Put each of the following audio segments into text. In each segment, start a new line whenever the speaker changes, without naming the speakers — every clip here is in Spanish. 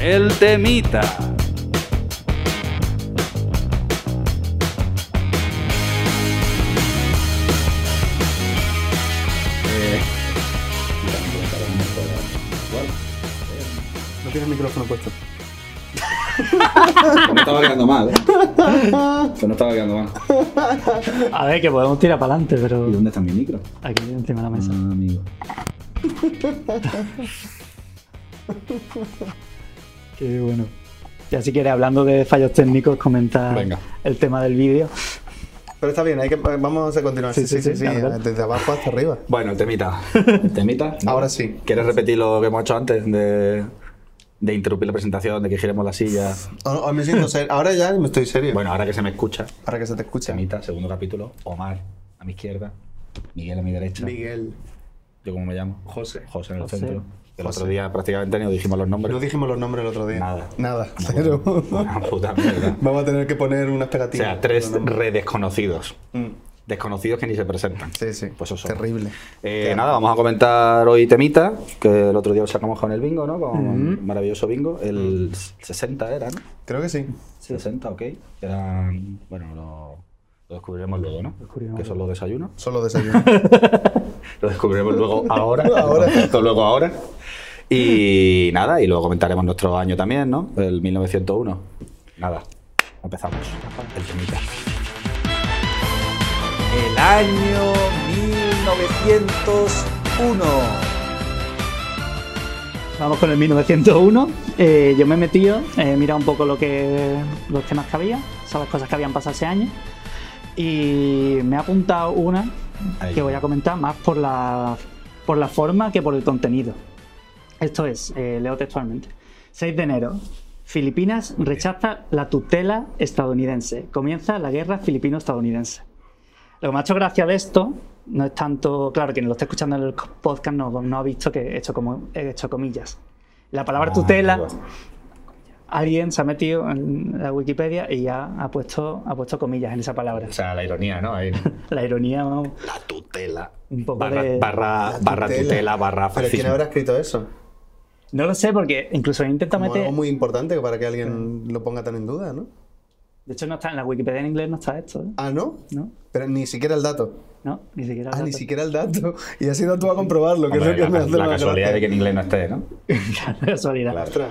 El temita.
No tienes el micrófono puesto.
No estaba quedando mal. ¿eh? Eso no estaba quedando mal.
A ver, que podemos tirar para adelante, pero
¿Y dónde está mi micro?
aquí encima de la mesa.
Ah, amigo.
Qué bueno. Ya si quieres, hablando de fallos técnicos, comentar
Venga.
el tema del vídeo.
Pero está bien, hay que, vamos a continuar. Sí, sí, sí, sí,
claro, claro.
desde abajo hasta arriba.
Bueno, el temita.
¿El temita?
Ahora sí.
¿Quieres repetir lo que hemos hecho antes de, de interrumpir la presentación, de que giremos la silla?
Ahora- ahora me siento ser- Ahora ya me estoy serio.
Bueno, ahora que se me escucha,
Para que se te escuche.
temita, segundo capítulo, Omar a mi izquierda, Miguel a mi derecha,
Miguel.
yo como me llamo,
José.
José en el
José.
centro. El otro día prácticamente no dijimos los nombres.
No dijimos los nombres el otro día.
Nada.
Nada. Cero.
Una puta mierda.
Vamos a tener que poner unas
O
pegatinas.
sea, tres
Los nombres.
redesconocidos.
Mm.
Desconocidos que ni se presentan.
Sí, sí.
Pues eso.
Terrible.
Eh,
Qué
nada, vamos a comentar hoy temita, que el otro día lo sacamos con el bingo, ¿no? Con un maravilloso bingo. El 60 era, ¿no?
Creo que sí.
60, ok. Eran, bueno, lo, lo descubriremos luego, ¿no?
Descubriremos
que son los desayunos.
Solo desayuno.
Lo descubriremos luego ahora.
Ahora.
el concepto luego ahora. Y nada, y luego comentaremos nuestro año también, ¿no? El 1901. Nada, empezamos. El temita.
El año 1901.
Vamos con el 1901. Eh, yo me he metido, he mirado un poco lo que, los temas que había, o sea, las cosas que habían pasado ese año. Y me he apuntado una
Ahí.
que voy a comentar más por la, por la forma que por el contenido. Esto es, eh, leo textualmente. 6 de enero. Filipinas rechaza la tutela estadounidense. Comienza la guerra filipino-estadounidense. Lo que me ha hecho gracia de esto no es tanto, claro, quien lo está escuchando en el podcast no, no ha visto que he hecho, como, he hecho comillas. La palabra
Ah,
tutela,
amigo.
alguien se ha metido en la Wikipedia y ha, ha puesto, ha puesto comillas en esa palabra.
O sea, la ironía, ¿no? Ahí.
La ironía, vamos,
La tutela.
un poco
Barra,
de...
barra, Ah, barra tutela, barra
Pero ¿quién
fascismo.
habrá escrito eso?
No lo sé, porque incluso intenta
Como
meter...
algo muy importante para que alguien lo ponga tan en duda, ¿no?
De hecho, no está en la Wikipedia en inglés, no está esto, ¿eh?
Ah, ¿no?
¿no?
Pero ni siquiera el dato.
No, ni siquiera.
Ah, ni
está-
siquiera el dato. Y has ido tú a comprobarlo, que
Hombre,
es lo que me
la,
hace
la
más
casualidad
gracia.
de que en inglés no esté, ¿no?
casualidad.
Claro.
Ostras.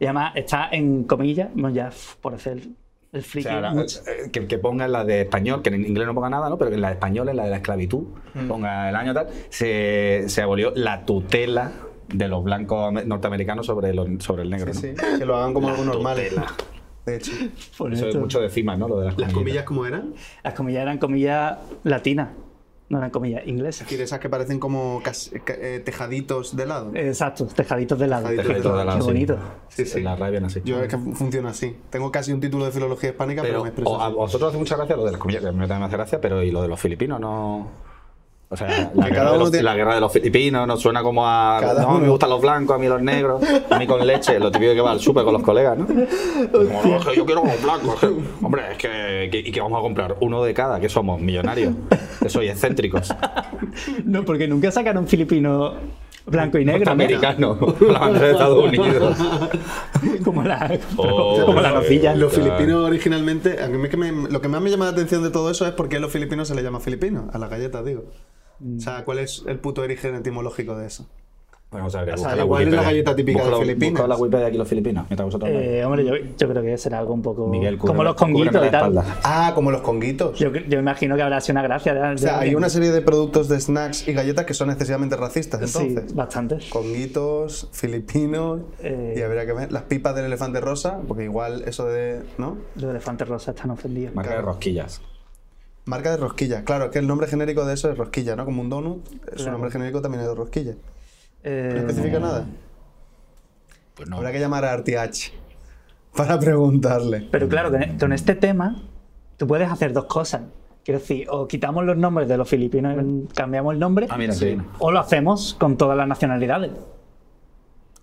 Y además está en comillas, bueno, ya f- por hacer el, el
O
friki.
sea, la-
mucho.
eh, que, que ponga la de español, que en inglés no ponga nada, ¿no? Pero que en la de español, en la de la esclavitud,
Mm.
ponga el año tal, se, se abolió la tutela de los blancos ame- norteamericanos sobre, los- sobre el negro.
Sí,
¿no?
sí. Que lo hagan como algo normal.
tutela.
De hecho.
Por
Eso es
esto.
mucho de cima, ¿no? Lo de las,
¿Las comillas cómo eran?
Las comillas eran comillas latinas, no eran comillas inglesas.
Que esas que parecen como cas- ca- eh, tejaditos de lado.
Exacto, tejaditos de lado.
Tejaditos
Tejaditos de lado,
Qué
sí.
bonito.
Sí, sí.
La rabia así.
Yo es que fun- funciona así. Tengo casi un título de filología hispánica, pero,
pero
me
o-
expreso
a
así.
vosotros hace mucha gracia lo de las comillas, que a mí también me hace gracia, pero y lo de los filipinos no. O sea, la,
cada
guerra de
uno
los,
tiene-
la guerra de los filipinos nos suena como a.
Cada
no,
uno.
me gustan los blancos, a mí los negros, a mí con leche, lo típico que va al súper con los colegas, ¿no? Como, "No, es que yo quiero los blancos. es que- hombre, es que, que- ¿Y que vamos a comprar? Uno de cada, que somos millonarios, que soy excéntricos.
No, porque nunca sacaron filipino blanco y negro. ¿no?
Americanos, la bandera de Estados Unidos.
Como la,
Oh,
como la nocilla.
Los
Claro.
filipinos originalmente, a mí que me- lo que más me llama la atención de todo eso es por qué a los filipinos se les llama filipinos, a las galletas digo. O sea, ¿cuál es el puto origen etimológico de eso?
Bueno, vamos a ver,
sea,
busca la
igual es la
Wikipedia.
galleta típica de
Busca la-
Filipinas.
busca la Wikipedia aquí los filipinos, mientras vosotros habláis.
Eh, hombre, yo, yo creo que será algo un poco.
Miguel,
como
cúbreme-
los conguitos
cúbreme
y
la
tal.
espalda.
Ah, como los conguitos.
Yo, cre- yo imagino que habrá sido una gracia. de-
o sea,
de-
hay una serie de productos de snacks y galletas que son excesivamente racistas,
Sí,
entonces.
bastante.
Conguitos, filipinos,
Eh.
y habría que ver. Las pipas del elefante rosa, porque igual eso de. ¿No?
Los elefantes rosas están ofendidos.
Marca de rosquillas.
Marca de rosquilla, claro, es que el nombre genérico de eso es rosquilla, ¿no? Como un donut, su
Claro.
nombre genérico también es de rosquilla.
Eh,
¿No especifica nada?
Pues no.
Habrá que llamar a RTH para preguntarle.
Pero claro, con, con este tema tú puedes hacer dos cosas. Quiero decir, o quitamos los nombres de los filipinos, cambiamos el nombre,
Ah, mira, sí.
o lo hacemos con todas las nacionalidades.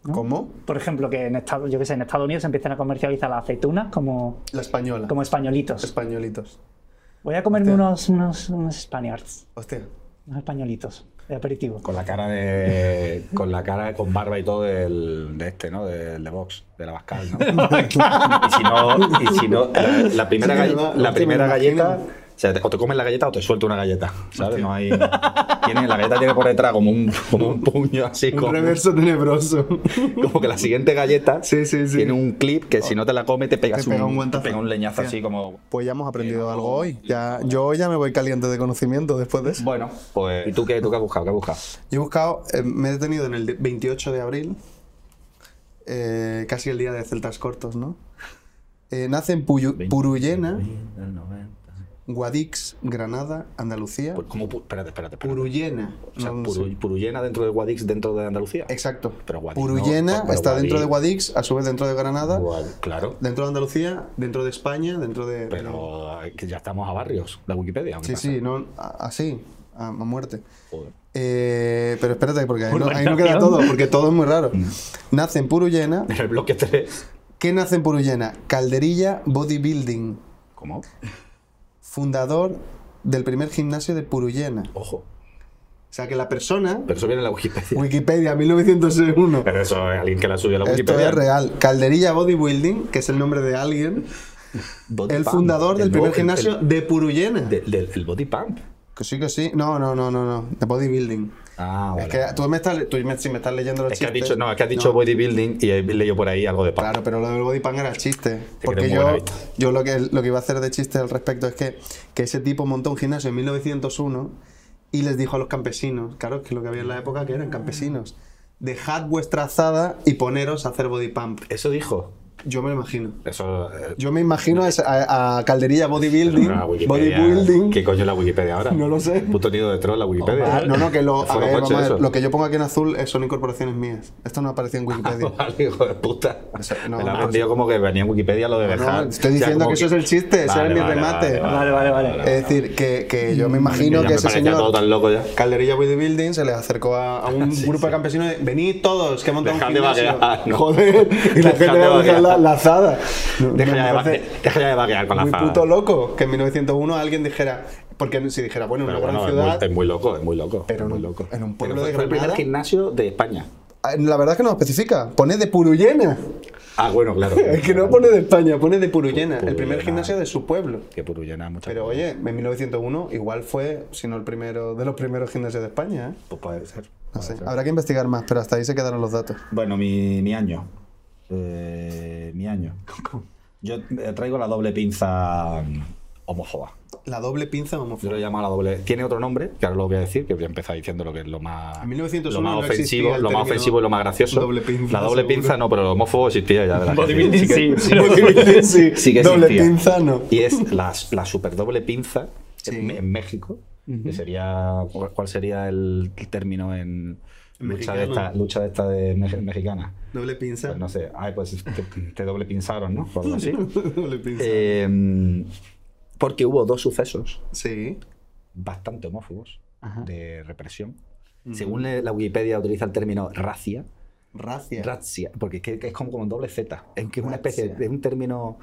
¿Cómo?
Por ejemplo, que en Estados, yo que sé, en Estados Unidos se empiezan a comercializar las aceitunas como,
La española.
como españolitos.
Españolitos.
Voy a comerme
Hostia.
unos, unos, unos Spaniards,
Hostia.
unos españolitos. de aperitivo.
Con la cara de. Con la cara, con barba y todo del, de este, ¿no? Del de Vox, de la Bascal, ¿no? y si no, y si no la, la primera,
Sí,
galle-
verdad, hostia,
la primera
me
galleta.
imagino.
O, sea, te- o te comes la galleta o te suelta una galleta, ¿sabes? No hay. tiene- la galleta tiene por detrás como un, como un puño así,
Un
como,
reverso tenebroso.
como que la siguiente galleta
Sí, sí, sí.
tiene un clip que si no te la comes te pegas
pega un
un, te
guantazo.
pega un leñazo
Sí.
así como.
Pues ya hemos aprendido algo hoy. Ya, yo hoy ya me voy caliente de conocimiento después de eso.
Bueno, pues. ¿Y tú qué, tú qué has buscado? ¿Qué has buscado?
Yo he buscado, eh, me he detenido en el de- 28 de abril, eh, casi el día de Celtas Cortos, ¿no? Eh, nace en Puyu- Purullena, Guadix, Granada, Andalucía.
Pues, ¿Cómo? pu- Espérate, espérate. espérate.
Purullena.
O sea,
no, no
Puru-
sé.
Purullena dentro de Guadix, dentro de Andalucía.
Exacto.
Pero Guadix no,
Purullena
pero
está dentro de
Guadix-
Guadix, a su vez dentro de Granada,
Guad- claro.
dentro de Andalucía, dentro de España, dentro de...
Pero eh, que ya estamos a barrios de Wikipedia. ¿o qué
Sí,
pasa?
sí, no, a- así, a, a muerte.
Joder.
Eh, pero espérate, porque ahí no, ahí no
Urbanización.
queda todo, porque todo es muy raro.
Mm.
Nace en Purullena,
En el bloque 3.
¿Qué nace en Purullena? Calderilla Bodybuilding,
¿Cómo?
fundador del primer gimnasio de Purullena. O
Ojo.
sea que la persona,
Pero eso viene en la Wikipedia.
Wikipedia 1901,
Pero eso es alguien que la subió a la
esto
Wikipedia.
es real. Calderilla Bodybuilding, que es el nombre de alguien,
Body
el
Pump.
fundador del
El
primer
nuevo- el-
gimnasio
el-
de Purullena.
de- del- el body pump.
Que sí, que sí. No, no, no, no, no, de Bodybuilding.
Ah,
Es que tú me estás, le- tú me- si me estás leyendo los
Es que has
chistes-
dicho, no, es que has dicho bodybuilding y he leído por ahí algo de pump.
Claro, pero lo del body punk era chiste.
que
Porque
eres muy
yo,
buena vista.
yo lo, que, lo que iba a hacer de chiste al respecto es que, que ese tipo montó un gimnasio en 1901 y les dijo a los campesinos, claro, que lo que había en la época que eran campesinos, dejad vuestra azada y poneros a hacer body pump.
Eso dijo.
Yo me lo imagino.
Eso. eh,
Yo me imagino a, esa- a- a Calderilla
pero
Bodybuilding.
no, la Wikipedia-
Bodybuilding.
¿Qué coño es la Wikipedia ahora?
No lo sé.
Puto nido de troll la Wikipedia.
Ah, No, no, que lo,
Fue
a
un
ver,
coche,
vamos a ver,
eso.
lo que yo pongo aquí en azul eh, son incorporaciones mías. Esto no apareció en Wikipedia.
Vale, hijo de puta.
Eso, no,
Me la
no,
ha vendido como que venía en Wikipedia lo de dejar.
estoy diciendo
como
que eso es el chiste, ese era mi remate.
Vale, vale, vale.
Es decir, que, que yo me imagino
Mm, Ya
que
me
ese
parecía todo
señor
tan loco ya.
Calderilla Bodybuilding se les acercó a, a un
Sí,
grupo
sí.
de campesinos y venid todos, que montamos un
Dejad de
gimnasio.
vaguear, ¿no?
Joder, y la
Dejad
gente
de
va a buscar
vaguear.
la, la azada. No,
Deja
me
ya de va-
parece
deja ya de vaguear con la
muy
fada.
puto loco que en 1901 alguien dijera, porque si dijera, bueno, en
Pero
una gran
bueno, es muy,
ciudad,
es muy loco, es muy loco.
Pero
es muy
en un-
loco.
en un pueblo
Pero
de
fue el primer
Granada.
gimnasio de España.
Ah, la verdad es que no lo especifica, pone de Purullena.
Ah, bueno, claro.
Es que no pone de España, pone de Purullena, el primer
Purullena.
gimnasio de su pueblo.
Que Purullena mucho.
Pero oye, en 1901 igual fue, si no el primero, de los primeros gimnasios de España, ¿eh?
Pues puede ser.
No
puede
sé,
ser.
habrá que investigar más, pero hasta ahí se quedaron los datos.
Bueno, mi, mi año. Eh, mi año. Yo eh, traigo la doble pinza mm, homófoba.
La doble pinza
Yo
homofóbica.
lo llamo la doble. Tiene otro nombre, que ahora lo voy a decir, que voy a empezar diciendo lo que es lo más,
En 1901
lo más
no existía
ofensivo,
el
lo más
término
ofensivo y lo más gracioso.
doble pinza,
la doble
seguro.
pinza no, pero el homófobo existía ya. De la
Bodybuilding,
gente.
sí, sí.
sí,
Sí que
doble
existía.
pinza no.
Y es la, la super doble pinza
Sí.
en, en México. que sería, ¿cuál- ¿Cuál sería el término en lucha de,
Mexicano.
esta, lucha de esta de me- mexicana?
Doble pinza.
Pues no sé, ay, pues te, te doble pinzaron, ¿no? O algo así.
doble pinza.
Eh, porque hubo dos sucesos
sí.
bastante homófobos de represión.
Ujú.
Según le- la Wikipedia utiliza el término racia,
Racia.
razzia, porque es, que- que es como, como un doble Z, es que es una especie
Razzia.
de un término,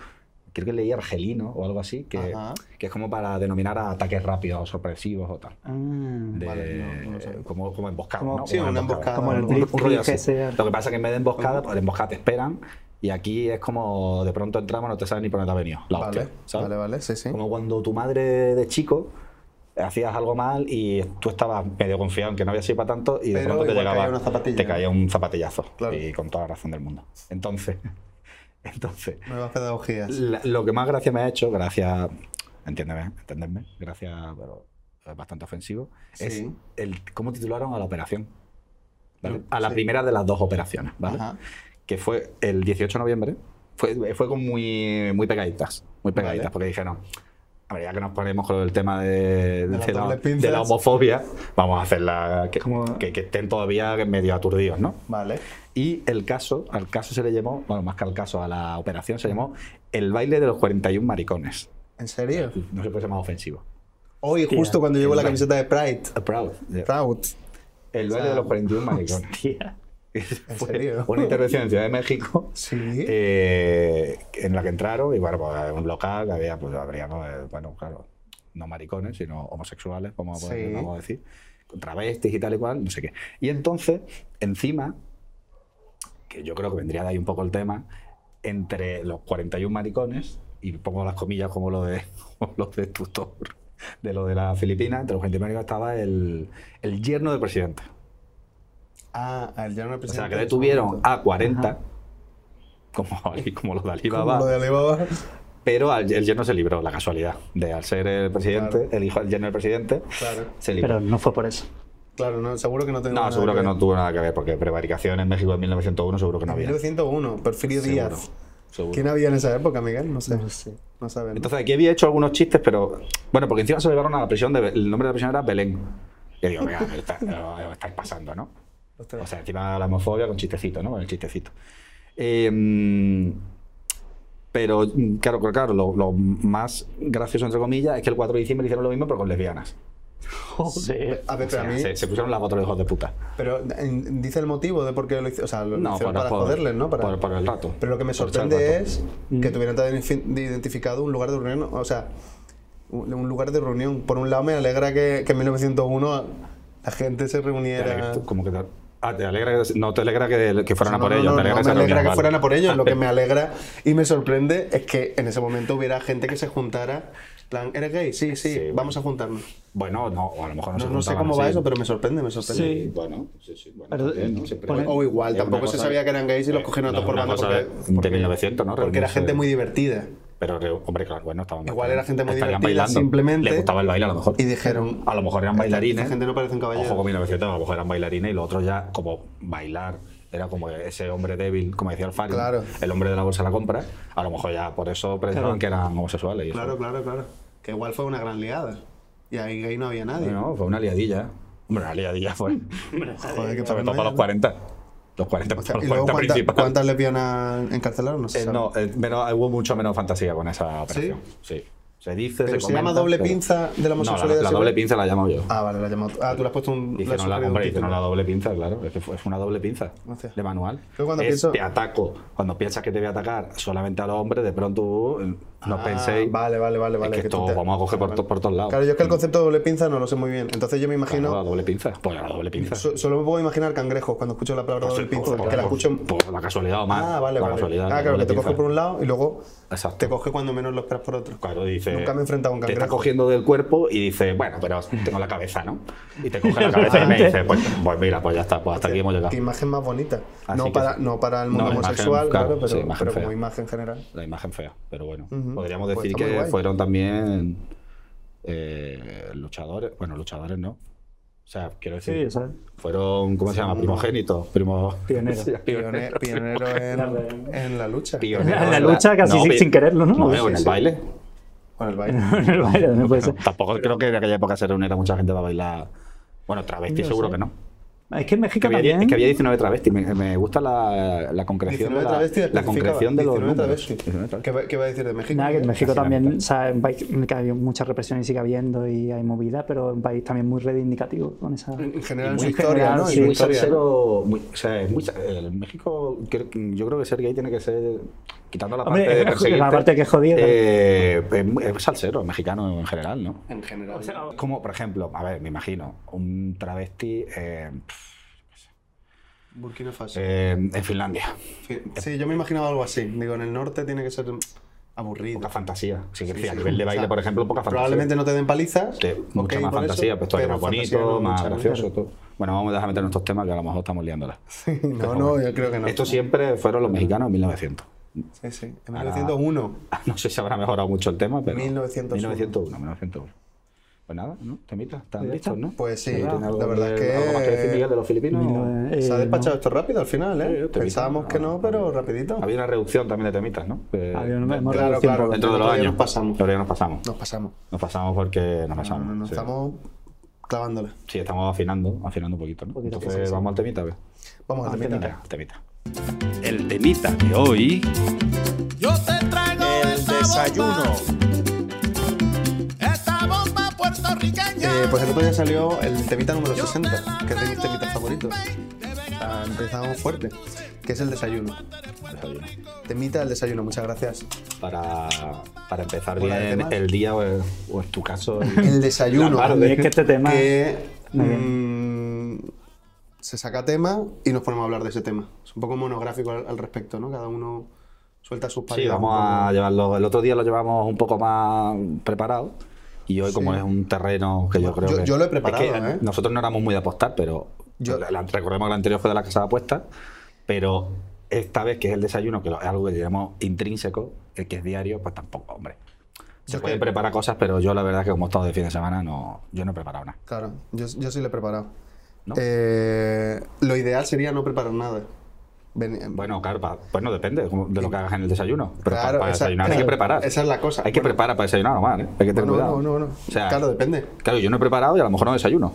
creo que leí argelino o algo así, que,
Ajá.
que es como para denominar a ataques rápidos o sorpresivos o tal.
Ah,
De-
Mm, Vale, no, no lo sabía.
como, como emboscada.
Como-
¿no?
sí, una emboscada.
como el
Un-
Un- un
drift
rollo
que
así.
sea.
Lo que pasa es que en vez de emboscada, pues en emboscada te esperan y aquí es como de pronto entramos, no te sabes ni por dónde ha venido. La
Vale,
hostia, ¿sabes?
vale, vale, sí, sí.
Como cuando tu madre de chico hacías algo mal y tú estabas medio confiado en que no había sido para tanto y de
Pero
pronto te
igual
llegaba
caía una zapatilla.
te caía un zapatillazo
Claro.
y con toda la razón del mundo. Entonces, entonces
Nuevas pedagogías.
la- lo que más gracia me ha hecho, gracias, entiéndeme, entenderme, gracias, pero es bastante ofensivo, es
Sí.
el cómo titularon a la operación. ¿vale?
No,
A la
sí.
primera de las dos operaciones, ¿vale?
Ajá.
que fue el 18 de noviembre, fue, fue con muy, muy pegaditas, muy pegaditas,
Vale.
porque dijeron, a ver, ya que nos ponemos con el tema de,
las
de la,
dobles pinzas".
de la homofobia, vamos a hacerla que,
Como-
que- que estén todavía medio aturdidos, ¿no?
Vale.
Y el caso, al caso se le llamó, bueno, más que al caso, a la operación se llamó el baile de los 41 maricones.
¿En serio?
No se puede ser más ofensivo.
Hoy, justo cuando llevo la camiseta de Pride.
Proud.
Proud.
El baile
sea,
de los 41 maricones.
Hostia.
Fue
serio?
Una intervención en Ciudad de México
Sí.
eh, en la que entraron y bueno, pues un local que había, pues habría, ¿no? Eh, bueno, claro, no maricones, sino homosexuales, como
Sí.
podemos decir, travestis y tal y cual, no sé qué. Y entonces, encima, que yo creo que vendría de ahí un poco el tema, entre los 41 maricones, y pongo las comillas como lo de, como lo de tu tor- de lo de la Filipina, entre los 41 maricones estaba el, el yerno del presidente.
Ah, el ya no
O sea, que detuvieron a 40, como, como lo de Alibaba.
Lo de Alibaba.
Pero al- el yerno se libró, la casualidad. De al ser el presidente,
Claro.
el hijo del yerno del presidente,
Claro,
se libró.
Pero no fue por eso.
claro, no, seguro que no tenemos.
no, seguro que, no tuvo nada que ver, porque prevaricación en México en 1901 seguro que no había.
1901, Porfirio
Seguro,
Díaz.
seguro.
¿Quién había en esa época, Miguel? No sé. No sé. No saben. ¿no?
Entonces aquí había hecho algunos chistes, pero bueno, porque encima se lo llevaron a la prisión, de, Be- el nombre de la prisión era Belén. Y digo, venga, está- lo estáis pasando, ¿no?
Ostras.
O sea, encima la homofobia con chistecito, ¿no? Con el chistecito. Eh, pero, mm, claro, claro, claro, lo, lo más gracioso, entre comillas, es que el 4 de diciembre hicieron lo mismo, pero con lesbianas.
Joder.
a
Eh,
ver,
O
pero
sea,
a mí.
se, se pusieron las botas de hijos de puta.
Pero en- dice el motivo de por qué lo hicieron. O sea, lo
No,
hicieron
por-
para
por-
joderles, ¿no? Para-
por- por el rato.
Pero lo que me
Por echar el
sorprende
rato.
es que tuvieran tan infi- de identificado un lugar de reunión. O sea, un un lugar de reunión. Por un lado, me alegra que, que en 1901 la gente se
Te
reuniera.
alegra- tú- como que te, ah, te alegra que, no te alegra que, que fueran a por
No, no,
ellos,
no,
te alegra
no
esa
me alegra
reunión,
que
vale.
fueran a por ellos. Lo
Ah, eh,
que me alegra y me sorprende es que en ese momento hubiera gente que se juntara. en plan, ¿eres gay? Sí, sí,
Sí, bueno.
vamos a juntarnos.
Bueno, no, o a lo mejor no,
No,
se
no sé
juntaban
cómo va
así.
eso, pero me sorprende, me sorprende.
Sí, bueno, sí, sí, bueno,
Pero,
también, ¿no? Siempre-
poner-
O igual,
Eh,
tampoco
una
se
cosa-
sabía que eran gays y los
eh,
cogieron a
no,
todos por
una
banda
cosa
porque,
de- de 1900, ¿no?
porque era
Reunirse-
gente muy divertida.
Pero, re- hombre, claro, bueno, estaban.
Igual era gente muy
estarían
divertida,
bailando.
simplemente.
Les gustaba el baile a lo mejor.
Y dijeron,
A lo mejor eran
"Esta-
bailarines.
Esta gente no parece un caballero.
¿eh? Ojo con 1900, a lo mejor eran bailarines y los otros ya, como bailar, era como ese hombre débil, como decía Alfaro,
Claro.
el hombre de la bolsa de la compra, a lo mejor ya por eso pensaban que eran homosexuales. y eso.
Claro, claro, claro. Que igual fue una gran liada. Y ahí gay no había nadie.
No, fue una liadilla. Hombre, una liadilla fue.
Joder, qué
Sobre todo
paranoia,
para los
¿no?
40. Los 40,
O sea,
los
y luego
40
cuánta-
principales.
cuántas lesbianas encarcelaron, no se
Eh,
sabe.
no, eh, menos- hubo mucho menos fantasía con esa operación. Sí. Se dice.
Pero se
comenta,
llama doble
pero-
pinza
No,
de la
la,
homosexualidad.
la
¿sí?
doble pinza la he llamado yo.
Ah, vale, la llamó. Ah, tú le has puesto un. le has
Hicieron la,
sugerido un
hombre,
título.
hicieron la doble pinza, claro. Es que fue- es una doble pinza
Hostia.
de manual.
Yo cuando
Es,
pienso-
Te ataco. Cuando piensas que te voy a atacar solamente a los hombres, de pronto uh, no
Ah,
penséis.
Vale, vale, vale.
Es
vale
que
tú
esto
te-
vamos a coger por, to- por todos lados.
Claro, yo es que el concepto de doble pinza no lo sé muy bien. Entonces yo me imagino.
Claro, la doble pinza. Pues la doble pinza.
so- solo me puedo imaginar cangrejos cuando escucho la palabra doble pinza.
Por-
que la
por-
escucho.
por la casualidad o más.
Ah, vale,
la
vale.
casualidad,
Ah,
la
claro, que
doble
te coge
pinza.
por un lado y luego
Exacto.
te coge cuando menos lo esperas por otro.
Claro, dice.
Nunca me he enfrentado a un
Te está
cangrejo.
cogiendo del cuerpo y dice, bueno, pero tengo la cabeza, ¿no? Y te coge la cabeza y me dice, pues, pues mira, pues ya está, pues hasta aquí hemos llegado.
Qué imagen más bonita.
Así
No
que
para,
sí.
no para el mundo
No, imagen,
homosexual,
claro,
claro,
sí,
pero,
imagen
pero como
fea.
imagen general.
La imagen fea, pero bueno.
Ujú.
Podríamos
Pues
decir
está muy
que
guay.
fueron también eh, luchadores, bueno, luchadores no. O sea, quiero
Sí,
decir,
o sea,
fueron, ¿cómo se llama? Primogénitos, primos...
Pioneros.
Sí,
Pionero, pionero en, en la lucha.
pioneros
En la lucha casi sin-
pi-
sin quererlo, ¿no?
No,
Sí,
en el
sí.
baile.
Con el baile.
en el baile no puede ser.
Tampoco creo que en aquella época se reuniera mucha gente para bailar. Bueno, travesti
No
seguro
sé.
que no.
Es que en México
Que había,
también.
es que había 19 travestis. Me, me gusta la, la concreción.
19
de la,
travestis
la concreción de los
19
números.
travestis.
19 travestis.
¿Qué, va- qué va a decir de México?
Nada, que en México también,
Fascinante.
o sea, en país que hay mucha represión y sigue habiendo y hay movida, pero un país también muy reivindicativo con esa.
En general, en
Muy
su
en
historia,
general,
¿no? En
sí.
su
muy
historia, ¿no?
salsero, muy- o sea, es muy, sa- el México, creo- yo creo que ser gay tiene que ser, quitando la
Hombre,
parte de
la
perseguirte,
parte que es jodida.
eh, es, muy- es salsero, mexicano en general, ¿no?
En general.
Es Como, por ejemplo, a ver, me imagino, un travesti eh,
Burkina Faso.
eh, en Finlandia.
Fi-
Eh,
Sí, yo me imaginaba algo así. Digo, en el norte tiene que ser aburrido.
Poca fantasía. Sí, que
Sí,
decir, a
sí.
nivel de
O sea,
baile, por ejemplo, poca fantasía.
Probablemente no te den palizas.
Sí,
ok,
mucha más
por eso,
fantasía, pues todo
pero
más
fantasía
bonito,
no,
más
mucha, ¿no?
gracioso. todo. Bueno, vamos a dejar meter nuestros temas que a lo mejor estamos liándola.
No, no, yo creo que no.
Esto siempre fueron los mexicanos en 1900.
Sí, sí. En
Ahora-
1901.
No sé si habrá mejorado mucho el tema, pero.
1901.
1901, 1901. Pues nada, ¿no? Temita, ¿están listos, no?
Pues sí,
¿Tiene algo
la verdad
de-
es que-
¿Algo más que decir, Miguel, de los filipinos?
Eh,
Se ha
no.
despachado esto rápido al final,
Sí,
¿eh?
yo te
Pensábamos
vi-
que no,
ah,
pero rapidito.
Había una reducción también de temitas, ¿no? Eh,
Había una- hemos
Claro,
reducido un
claro.
poco.
dentro de los
Todavía
años.
nos pasamos.
Todavía nos pasamos.
Nos pasamos.
Nos pasamos porque nos
No,
pasamos.
no, nos
sí.
estamos clavándola.
Sí, estamos afinando, afinando un poquito, ¿no?
Poquito,
Entonces,
sí, sí.
vamos al temita, a ver.
Vamos a
Ah,
la mitad.
Venga, temita.
El temita de hoy.
Yo te traigo el desayuno. Esta bomba puertorriqueña.
Eh, pues el otro día salió el temita número 60, que es de mis temitas favoritos. Ah, Empezamos fuerte, que es el desayuno.
Desayuno.
Temita del desayuno, muchas gracias.
para, para empezar
Hola,
bien
¿temas?
el día o, o en tu caso el-
El desayuno.
La tarde.
Y es que este tema-
que
Muy bien.
Mm, se saca tema y nos ponemos a hablar de ese tema. Es un poco monográfico al, al respecto, ¿no? Cada uno suelta sus
Sí,
paridas
vamos
un poco.
a llevarlo. El otro día lo llevamos un poco más preparado. Y hoy, como
Sí.
es un terreno que yo creo
Yo-
que.
yo lo he
es que
preparado, ¿eh?
Nosotros no éramos muy de apostar, pero.
Yo-
la- la- recordemos que la anterior fue de la casa de apuestas. Pero esta vez, que es el desayuno, que lo- es algo que llamamos intrínseco, el que es diario, pues tampoco, hombre. Se
Yo
pueden
que-
preparar cosas, pero yo la verdad es que como he estado de fin de semana, no, yo no he preparado nada.
Claro, yo, yo sí lo he preparado.
¿No?
Eh, lo ideal sería no preparar nada. Ven-
Bueno, claro, pa- pues no depende como- de lo que hagas en el desayuno. Pero pa-
Claro,
para
esa-
desayunar hay
esa-
que preparar.
esa es la cosa.
Hay que
Bueno.
preparar para desayunar nomás, ¿eh? Hay que tener
Bueno,
cuidado.
bueno, bueno.
O sea,
claro, depende.
Claro, yo no he preparado y a lo mejor no desayuno.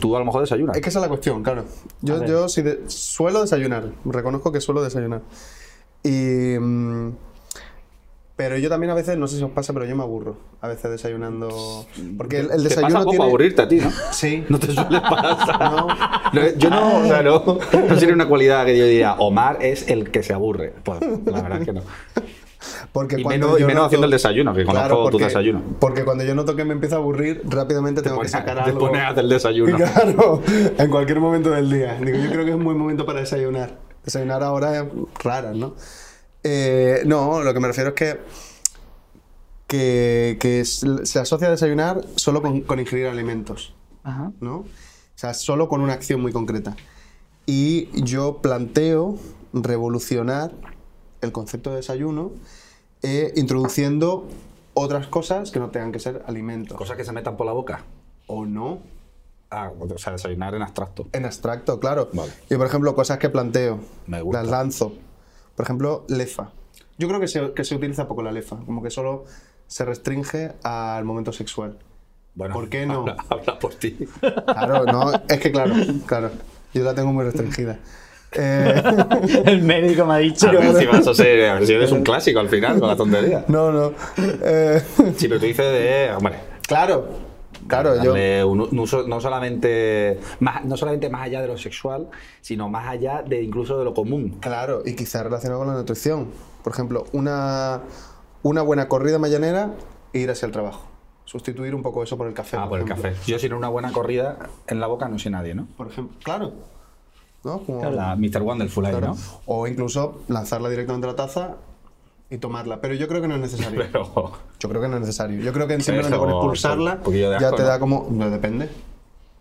Tú a lo mejor desayunas.
Es que esa es la cuestión, claro. Yo, yo sí de- suelo desayunar, reconozco que suelo desayunar. Y, mm, pero yo también a veces, no sé si os pasa, pero yo me aburro a veces desayunando. Porque el, el
te
desayuno
pasa poco
tiene.
aburrirte a ti, ¿no?
Sí.
No te suele pasar.
No.
No, yo no, o sea, no, no sería una cualidad que yo diría, Omar es el que se aburre. Pues la verdad es que no.
Porque
Y
cuando
menos- y
yo
menos haciendo el desayuno, que conozco tu desayuno.
Porque cuando yo noto que me empiezo a aburrir, rápidamente tengo
pones
que
a-
sacar
te
algo.
pones a hacer desayuno.
Claro, en cualquier momento del día. Digo, yo creo que es un buen momento para desayunar. Desayunar a horas raras, ¿no? Eh, no, lo que me refiero es que, que, que s- se asocia a desayunar solo con, con ingerir alimentos,
Ajá.
¿no? O sea, solo con una acción muy concreta. Y yo planteo revolucionar el concepto de desayuno eh, introduciendo otras cosas que no tengan que ser alimentos.
Cosas que se metan por la boca.
O no,
Ah, o sea, desayunar en abstracto.
En abstracto, claro.
Vale.
Y por ejemplo, cosas que planteo,
Me gusta.
las lanzo. Por ejemplo, lefa. Yo creo que se, que se utiliza poco la lefa, como que solo se restringe al momento sexual.
Bueno,
¿Por qué no?
Habla, habla por ti.
Claro, no, es que claro, claro. Yo la tengo muy restringida. Eh,
El médico me ha dicho.
A ver si vas a ser, a ver si eres un clásico al final con la tontería.
no, no. Eh,
Sí, pero tú dices de, hombre,
claro, claro, yo.
darle un, un uso no solamente, más, no solamente más allá de lo sexual, sino más allá de incluso de lo común.
Claro, y quizás relacionado con la nutrición. Por ejemplo, una, una buena corrida mañanera e ir hacia el trabajo. Sustituir un poco eso por el café.
Ah, por el
ejemplo.
café. Yo sin una buena corrida en la boca no soy nadie, ¿no?
Por ejemplo, claro. ¿No? Como-
La Mr. Wonderful ahí,
Claro.
¿no?
O incluso lanzarla directamente a la taza y tomarla. Pero yo creo que no es necesario.
Pero
Yo creo que no es necesario. Yo creo que simplemente
Eso,
con expulsarla
un poquillo de
ya
asco,
te
¿no?
da como. No depende.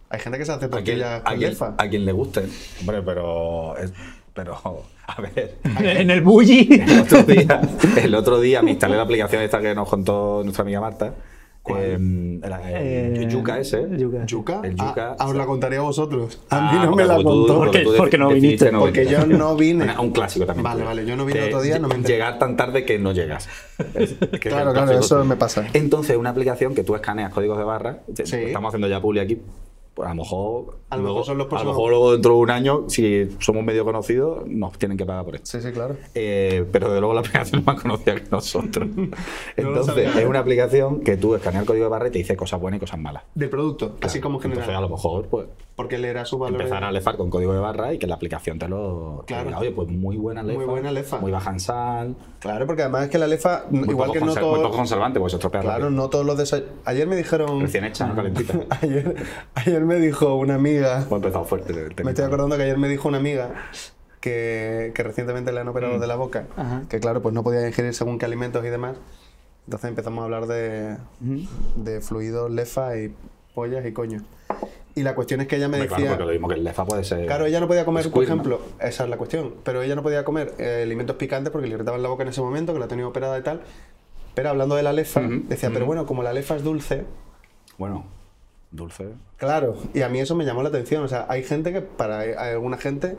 Hay gente que se hace
a quien,
tortillas
a
con
quien-
lefa.
a quien le guste. Hombre, pero, es- pero a ver.
En el bully.
El otro día, el otro día me instalé la aplicación esta que nos contó nuestra amiga Marta. eh, la- el
Eh,
yuca ese.
Yuca.
¿Yuca?
El yuca.
Ah, ah, os la contaría a vosotros.
Ah,
A mí no
porque
me la
tú-
contó.
Porque-
tú
porque no
decidiste
viniste.
Porque
venir.
yo no vine.
Una- un clásico también.
Vale, vale, yo no vine
Que
el otro día, no me enteré.
Llegar tan tarde que no llegas. Es- que es
Claro,
un
claro,
clásico.
eso me pasa.
Entonces, una aplicación que tú escaneas códigos de barra, te-
Sí.
estamos haciendo ya publi aquí, pues a lo mejor,
A lo mejor
luego,
son los
a lo
próximos-
mejor luego dentro de un año, si somos medio conocidos, nos tienen que pagar por esto.
Sí, sí, claro.
Eh, pero de luego la aplicación es más conocida que nosotros. Entonces,
sabía.
es una aplicación que tú escaneas el código de barra y te dice cosas buenas y cosas malas.
Del producto, así
Claro.
como
Entonces, a
general.
lo mejor, pues,
Porque le era su valor.
empezar a lefar con código de barra y que la aplicación te lo te
Claro.
diga, oye, pues muy buena lefa.
Muy buena lefa.
Muy baja en sal.
Claro, porque además es que la lefa,
muy
igual
poco
que no
conser- Muy poco
todos.
conservante, pues se estropea
Claro,
rápido.
no todos los desayunos. Ayer me dijeron.
Recién hecha, ¿no? calentita. Hemos
Ayer, ayer me dijo una amiga.
empezado fuerte. el tema.
Me estoy acordando que ayer me dijo una amiga que, que recientemente le han
Mm.
operado de la boca,
Ajá.
que claro, pues no podía ingerir según qué alimentos y demás. Entonces empezamos a hablar de,
Mm.
de fluidos, lefa y pollas y coño. Y la cuestión es que ella me
Hombre,
decía...
Claro, porque lo mismo que el lefa puede ser.
Claro, ella no podía comer, por
Squid, ¿no?
ejemplo, esa es la cuestión, pero ella no podía comer eh, alimentos picantes porque le irritaban la boca en ese momento, que la tenía operada y tal. Pero hablando de la lefa, decía, pero bueno, como la lefa es dulce,
Bueno, dulce.
Claro, y a mí eso me llamó la atención. O sea, hay gente que, para eh, hay alguna gente,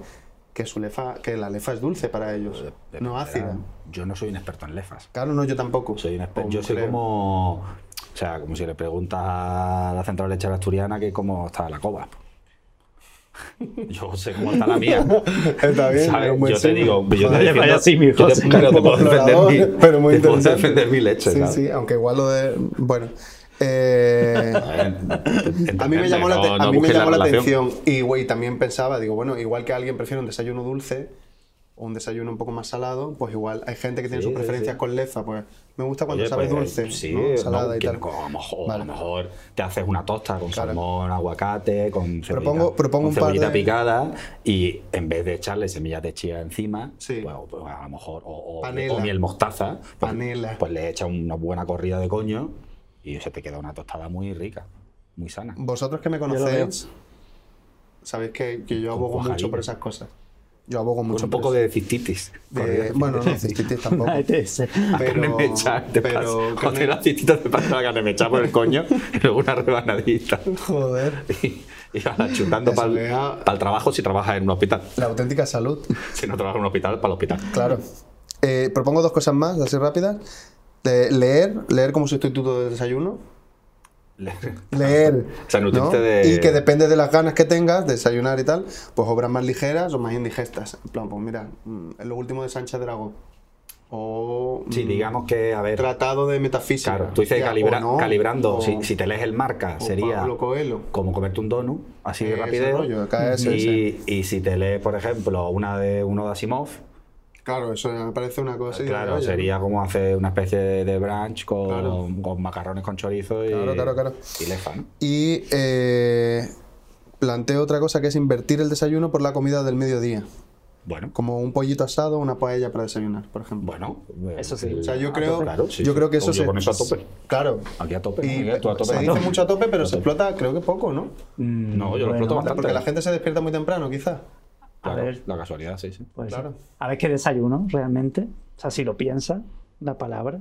que su lefa, que la lefa es dulce para ellos,
Pues, De-
no
de-
ácida.
Yo no soy un experto en lefas.
Claro, no, yo tampoco.
Soy un exper-
O
Yo soy
creo.
como. O sea, como si le preguntas a la central lechera asturiana que cómo está la cova. Yo sé cómo está la mía.
Está bien,
¿sabes?
era un buen
Yo te
símil.
digo, yo te
Joder,
defiendo-
vaya símil,
yo te-
José.
pero te
Un poco
puedo defender
explorador,
mi,
pero muy
te puedo
interesante.
defender mi leche.
Sí,
¿sabes?
sí, aunque igual lo de. Bueno. eh,
A
a mí me llamó la, te-
atención.
a mí me llamó la atención. Y güey, también pensaba, digo, bueno, igual que alguien prefiere un desayuno dulce, o un desayuno un poco más salado, pues igual hay gente que tiene
Sí,
sus
sí,
preferencias
sí.
con leza, pues me gusta cuando
Oye,
sabe
pues,
dulce,
Sí,
¿no? salada
no,
y
que-
tal.
como a lo mejor,
Vale.
a lo mejor te haces una tosta con
Claro.
salmón, aguacate, con cebollita,
Propongo- propongo
con
un par
cebollita
de-
picada y en vez de echarle semillas de chía encima,
Sí.
pues, pues, a lo mejor, o, o-
Panela.
o miel mostaza, pues,
Panela.
pues le echas una buena corrida de coño y se te queda una tostada muy rica, muy sana.
Vosotros que me
lo
conocéis, sabéis que, que yo
Con
abogo mucho
cuajarina.
por esas cosas. Yo abogo mucho
un
por
poco
eso.
de cistitis.
pues, De- bueno, no, cistitis tampoco.
Una ETS.
La
pero-
carne mecha, te
pero
pasa.
carne-
Joder, la cistitis te pasa la carne mecha por el coño y luego una rebanadita.
Joder.
y, y ahora chutando
Eso
para
le da-
el trabajo si trabajas en un hospital.
La auténtica salud.
Si no trabajas en un hospital, para el hospital.
Claro. Eh, propongo dos cosas más, así rápidas. De leer, leer como sustituto de desayuno. Leer.
O sea, nutrirte de-
Y que depende de las ganas que tengas, desayunar y tal, pues obras más ligeras o más indigestas. En plan, pues mira, mm, lo último de Sánchez Dragó. O.
Sí,
mm,
digamos que, a ver,
Tratado de metafísica.
claro, tú dices
Ya,
calibra-
o no,
calibrando,
o-
si, si te lees el marca,
o
sería
Pablo Coelho.
como comerte un donut, así de
Ese
rápido.
rollo, acá ese,
y, y si te lees, por ejemplo, una de uno de Asimov,
Claro, eso me parece una cosa. y digo,
claro,
oye,
sería como hacer una especie de, de brunch con,
Claro.
con macarrones con chorizo y,
Claro, claro, claro.
y lefa, ¿no?
Y eh, planteo otra cosa que es invertir el desayuno por la comida del mediodía.
Bueno,
Como un pollito asado o una paella para desayunar, por ejemplo.
bueno.
Eso sí.
el-
o sea, yo
a
creo,
tope, claro, sí,
yo
sí.
creo que eso
Yo
se.
con eso a tope.
Claro.
Aquí a tope.
Y
¿no? Aquí a tope,
se
a
dice
tope.
mucho a tope, pero
A
se
tope.
explota, creo que poco, ¿no?
No, yo lo
Mm, Bueno,
exploto bastante.
Porque la gente se despierta muy temprano, quizás.
A
Claro,
ver.
La casualidad, sí, sí.
Pues,
Claro.
A ver qué desayuno realmente. O sea, si lo piensas, la palabra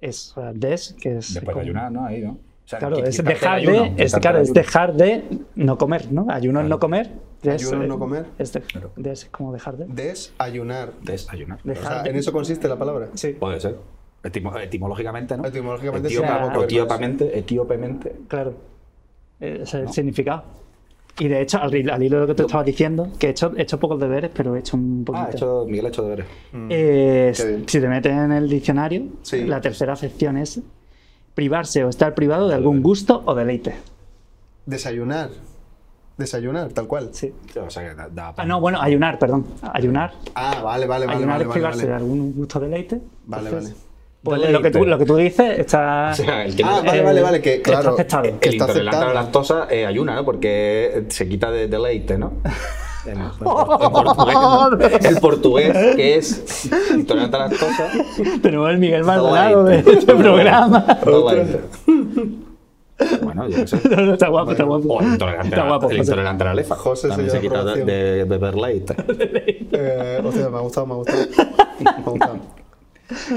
es o sea, des, que es.
Después
como-
de ayunar, ¿no? Ahí, ¿no? O sea,
Claro,
qui-
es
quitarte
dejar
el ayuno,
de. Es,
quitarte
claro,
el
es
ayuno.
dejar de no comer, ¿no? Ayuno es no comer. des
Ayuno es
es-
no comer.
Es de-
Claro.
des es como dejar de.
Desayunar.
Desayunar.
O
Dejar
sea,
de.
en eso consiste la palabra.
Sí,
Puede ser. Etimo- etimológicamente, ¿no?
Etimológicamente
Etíopa-
sería algo que
etíopamente, Ah, etíopemente.
claro. Ese es el significado. Y de hecho, al, hil- al hilo de lo que te estabas diciendo, que he hecho, he hecho pocos deberes, pero he hecho un poquito.
Ah, ha hecho, Miguel ha hecho deberes.
Eh,
Qué bien.
si te metes en el diccionario,
Sí.
la tercera sección es privarse o estar privado de algún gusto o deleite.
Desayunar. Desayunar, tal cual.
Sí.
O sea, que da, da
Ah, no, bueno, ayunar, perdón. Ayunar.
Ah, vale, vale, vale.
ayunar
vale,
es
vale,
privarse
vale.
de algún gusto o deleite.
Vale, Ah,
Entonces,
vale.
pues,
Deleite.
lo, que tú, lo que tú dices está.
O sea, el que no-
Ah, vale,
eh,
vale, vale, que,
está
claro,
aceptado.
eh,
el
está
intolerante a la
aceptado.
lactosa eh, ayuna, ¿no? Porque se quita de deleite, ¿no? En, en por- en portugués, ¿no? El portugués, que es intolerante a la lactosa.
Tenemos el Miguel Maldonado de este programa.
Deleite. Bueno, yo qué sé.
No, no, está guapo, está guapo.
O el intolerante,
Está
a-
guapo,
el
José.
intolerante a la lefa.
José
También
se
se
llama
quita de,
aprobación.
de beber leite.
Eh, hostia, me ha gustado, me ha gustado. Me ha gustado.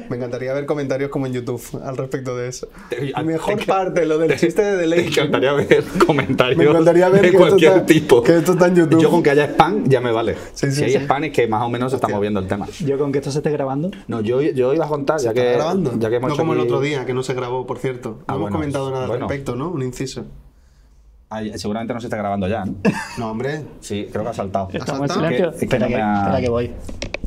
Me encantaría ver comentarios como en YouTube al respecto de eso.
Te- a-
Mejor
te-
parte, lo del chiste de
Me
Delay.
encantaría ver comentarios
Me encantaría ver
de
que esto
cualquier
está-
tipo.
que esto está en YouTube.
Yo con que haya spam ya me vale.
Sí, sí,
si hay
sí.
spam es que más o menos se está
Hostia.
moviendo el tema.
Yo con que esto se esté grabando.
No, yo, yo iba a contar, ya que,
¿Está grabando?
ya que hemos
no
hecho
como el
aquí-
otro día, que no se grabó, por cierto. No
Ah,
hemos
bueno,
comentado nada al
bueno.
respecto, ¿no? Un inciso.
Ay, seguramente no se está grabando ya, ¿no?
No, hombre.
Sí, creo que ha saltado.
Estamos en
saltado?
silencio.
Es que- es que
espera,
no
que,
me ha-
espera que voy.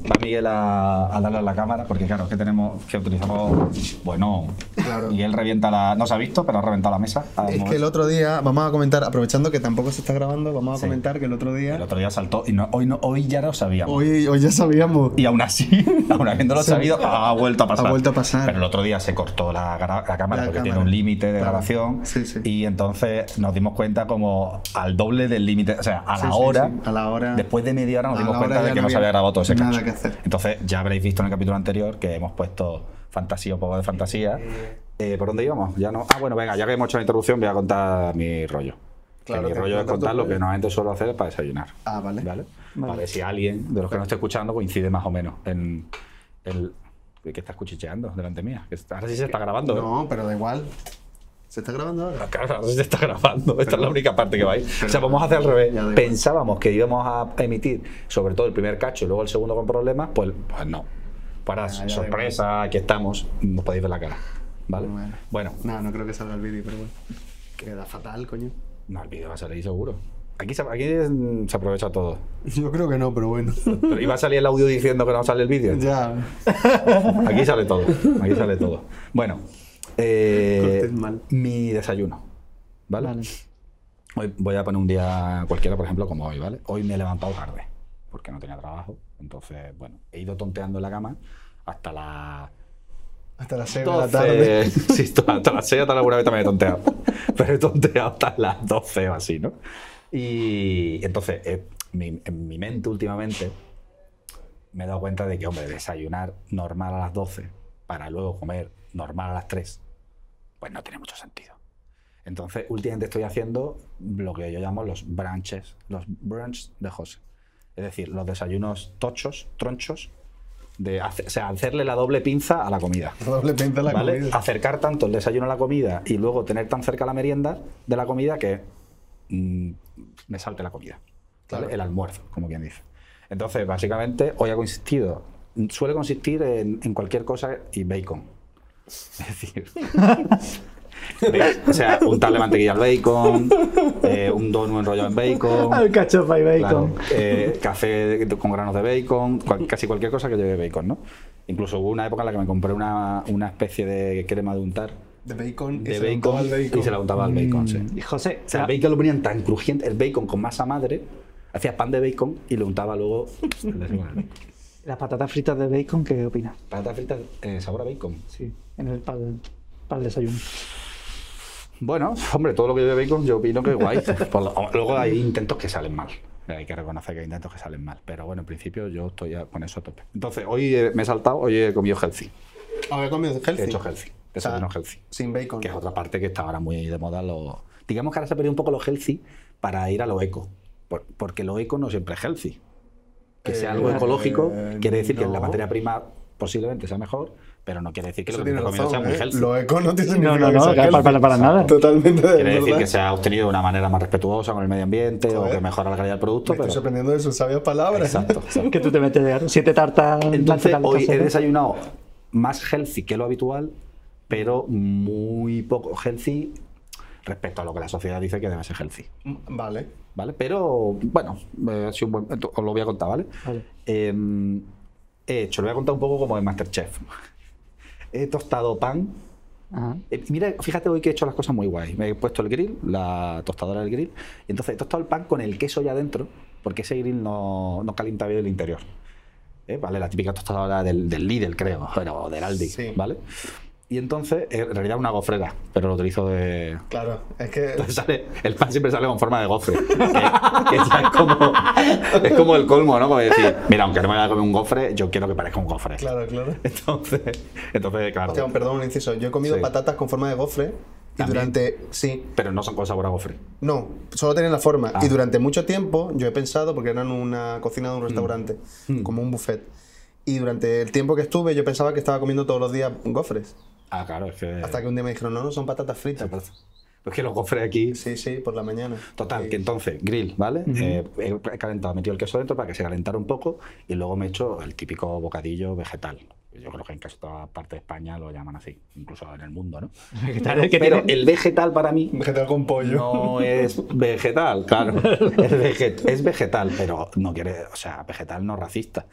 Va Miguel a, a darle a la cámara, porque claro, es que tenemos, que utilizamos, bueno,
Claro.
Miguel revienta la, no se ha visto, pero ha reventado la mesa. al
Es que
moverse.
el otro día, vamos a comentar, aprovechando que tampoco se está grabando, vamos a
Sí.
comentar que el otro
El
día.
otro día saltó y no- hoy, no, hoy ya lo sabíamos.
Hoy, hoy ya sabíamos.
Y aún así, aún habiéndolo sabido, ha vuelto a pasar.
Ha vuelto a pasar.
Pero el otro día se cortó la, gra- la cámara
La
porque
cámara.
tiene un límite de
Claro.
grabación.
Sí, sí.
Y entonces nos dimos cuenta como al doble del límite, o sea, a
Sí,
la
sí,
hora.
sí, a la hora.
Después de media hora nos
A
dimos
la hora
cuenta de
ya
que
no
no se había
había
grabado todo ese
nada
cacho.
que hacer.
Entonces ya habréis visto en el capítulo anterior que hemos puesto fantasía, un poco de fantasía. Eh, ¿Por dónde íbamos? Ya no. Ah, bueno, venga, ya que hemos hecho la interrupción, voy a contar mi rollo. Que
Claro,
mi
que
rollo es
cuenta tu
contar lo que
rollo.
normalmente suelo hacer para desayunar.
Ah, vale.
¿Vale?
Vale.
A ver si alguien de los que no esté escuchando coincide más o menos en el que está cuchicheando delante mía. Que está- Ahora sí se está grabando. ¿eh?
No, pero da igual. ¿Se está grabando ahora?
Claro, ahora sí se está grabando. Esta es la única parte que va a ir. O sea, vamos a hacer al revés.
Ya da igual.
Pensábamos que íbamos a emitir sobre todo el primer cacho y luego el segundo con problemas, pues, pues no. Para
ya da
sorpresa, aquí estamos. Nos podéis ver la cara. ¿Vale?
Bueno.
Bueno,
No, no creo que salga el vídeo, pero bueno. Queda fatal, coño.
no, el vídeo va a salir seguro. Aquí se, aquí mm, se aprovecha todo.
Yo creo que no, pero bueno.
Pero iba a salir el audio diciendo que no sale el vídeo.
ya.
Aquí sale todo. Aquí sale todo. Bueno, eh,
Cortes mal.
mi desayuno. ¿Vale?
Vale.
Hoy voy a poner un día cualquiera, por ejemplo, como hoy, ¿vale? Hoy me he levantado tarde porque no tenía trabajo. Entonces, bueno, he ido tonteando en la cama hasta la
Hasta las 6 de la
12.
tarde.
Sí, to- hasta las 6 hasta alguna vez también he tonteado. Pero he tonteado hasta las 12 o así, ¿no? Y entonces, eh, mi- en mi mente últimamente me he dado cuenta de que, hombre, desayunar normal a las 12 para luego comer normal a las 3, pues no tiene mucho sentido. Entonces, últimamente estoy haciendo lo que yo llamo los brunches, los brunch de José. Es decir, los desayunos tochos, tronchos, de hace- o sea, hacerle la doble pinza a la comida.
Doble pinta la
¿vale?
comida.
Acercar tanto el desayuno a la comida y luego tener tan cerca la merienda de la comida que mm, me salte la comida. ¿vale?
Claro.
El almuerzo, como quien dice. Entonces, básicamente, hoy ha consistido, suele consistir en, en cualquier cosa y bacon. Es decir, o sea, untarle mantequilla al bacon, eh, un donut enrollado en bacon,
Alcachofa y
Claro,
bacon.
eh, café con granos de bacon, cual- casi cualquier cosa que lleve bacon, ¿no? Incluso hubo una época en la que me compré una, una especie de crema de untar
De bacon.
de
y se lo
bacon, Mm. Ah.
untaba al bacon.
y se la untaba al bacon, sí.
Mm. Y José,
O sea, el bacon lo ponían tan crujiente, el bacon con masa madre, hacías pan de bacon y lo untaba luego.
las patatas fritas de bacon, ¿qué opinas?
Patatas fritas, eh, sabor a bacon.
Sí, en el pal, pal desayuno.
Bueno, hombre, todo lo que lleve bacon yo opino que guay. Por lo- Luego hay intentos que salen mal. Hay que reconocer que hay intentos que salen mal. Pero bueno, en principio yo estoy a- con eso a tope. Entonces, hoy eh, me he saltado, hoy he comido healthy.
Ah, Había comido healthy.
He hecho healthy. Desayuno
O sea,
healthy.
Sin bacon.
Que es otra parte que está ahora muy de moda. Lo... Digamos que ahora se ha perdido un poco lo healthy para ir a lo eco. Por- porque lo eco no siempre es healthy. Que sea algo
Eh,
ecológico quiere decir que la
no.
materia prima posiblemente sea mejor, pero no quiere decir que
Eso
lo que
tiene
te comido sea
razón,
muy
¿eh?
healthy.
Lo eco no tiene
No,
ni
no, no, para- para- para nada.
Totalmente de
Quiere decir
verdad.
que se ha obtenido de una manera más respetuosa con el medio ambiente o
Joder.
que mejora la calidad del producto.
Me estoy
pero...
sorprendiendo de sus sabias palabras.
Exacto. exacto.
Que tú te metes de siete tartas.
Entonces,
tartas
hoy he
caseras.
desayunado más healthy que lo habitual, pero muy poco healthy respecto a lo que la sociedad dice que debe ser healthy.
Vale.
¿Vale? Pero, bueno, eh, ha sido un buen- ento- os lo voy a contar, ¿vale?
Vale.
Em, he hecho, lo voy a contar un poco como en Masterchef. He tostado pan
Ajá.
eh, Mira, fíjate hoy que he hecho las cosas muy guay. Me he puesto el grill, la tostadora del grill, y entonces he tostado el pan con el queso ya dentro, porque ese grill no, no calienta bien el interior. ¿Eh? ¿Vale? La típica tostadora del, del Lidl, creo, pero del Aldi,
Sí.
¿vale? Y entonces, eh, en realidad una gofrera, pero lo utilizo de...
Claro. Es que.
Entonces sale- el pan siempre sale con forma de gofre. Que, que ya es, como, es como el colmo, ¿no? Como decir, mira, aunque no me vaya a comer un gofre, yo quiero que parezca un gofre.
Claro, claro.
Entonces, entonces claro.
Hostia, perdón, un inciso. Yo he comido
Sí.
patatas con forma de gofre. Y
También.
durante. Sí.
Pero no son con sabor a gofre.
No, solo tenían la forma.
Ah. Mm.
Y durante mucho tiempo yo he pensado, porque eran una cocina de un restaurante, como un buffet. Y durante el tiempo que estuve, yo pensaba que estaba comiendo todos los días gofres.
Ah, claro, es que...
Hasta que un día me dijeron, no, no, son patatas fritas.
Pues que los gofres aquí.
Sí, sí, por la mañana. Eh,
Total, que entonces, grill, ¿vale? Eh, he calentado, he metido el queso dentro para que se calentara un poco y luego me he hecho el típico bocadillo vegetal. Yo creo que en casi toda parte de España lo llaman así, incluso en el mundo, ¿no?
es que
Pero
tiene-
el vegetal para mí
Vegetal con pollo.
no es vegetal, claro. Es, veget- es vegetal, pero no quiere, o sea, vegetal no racista.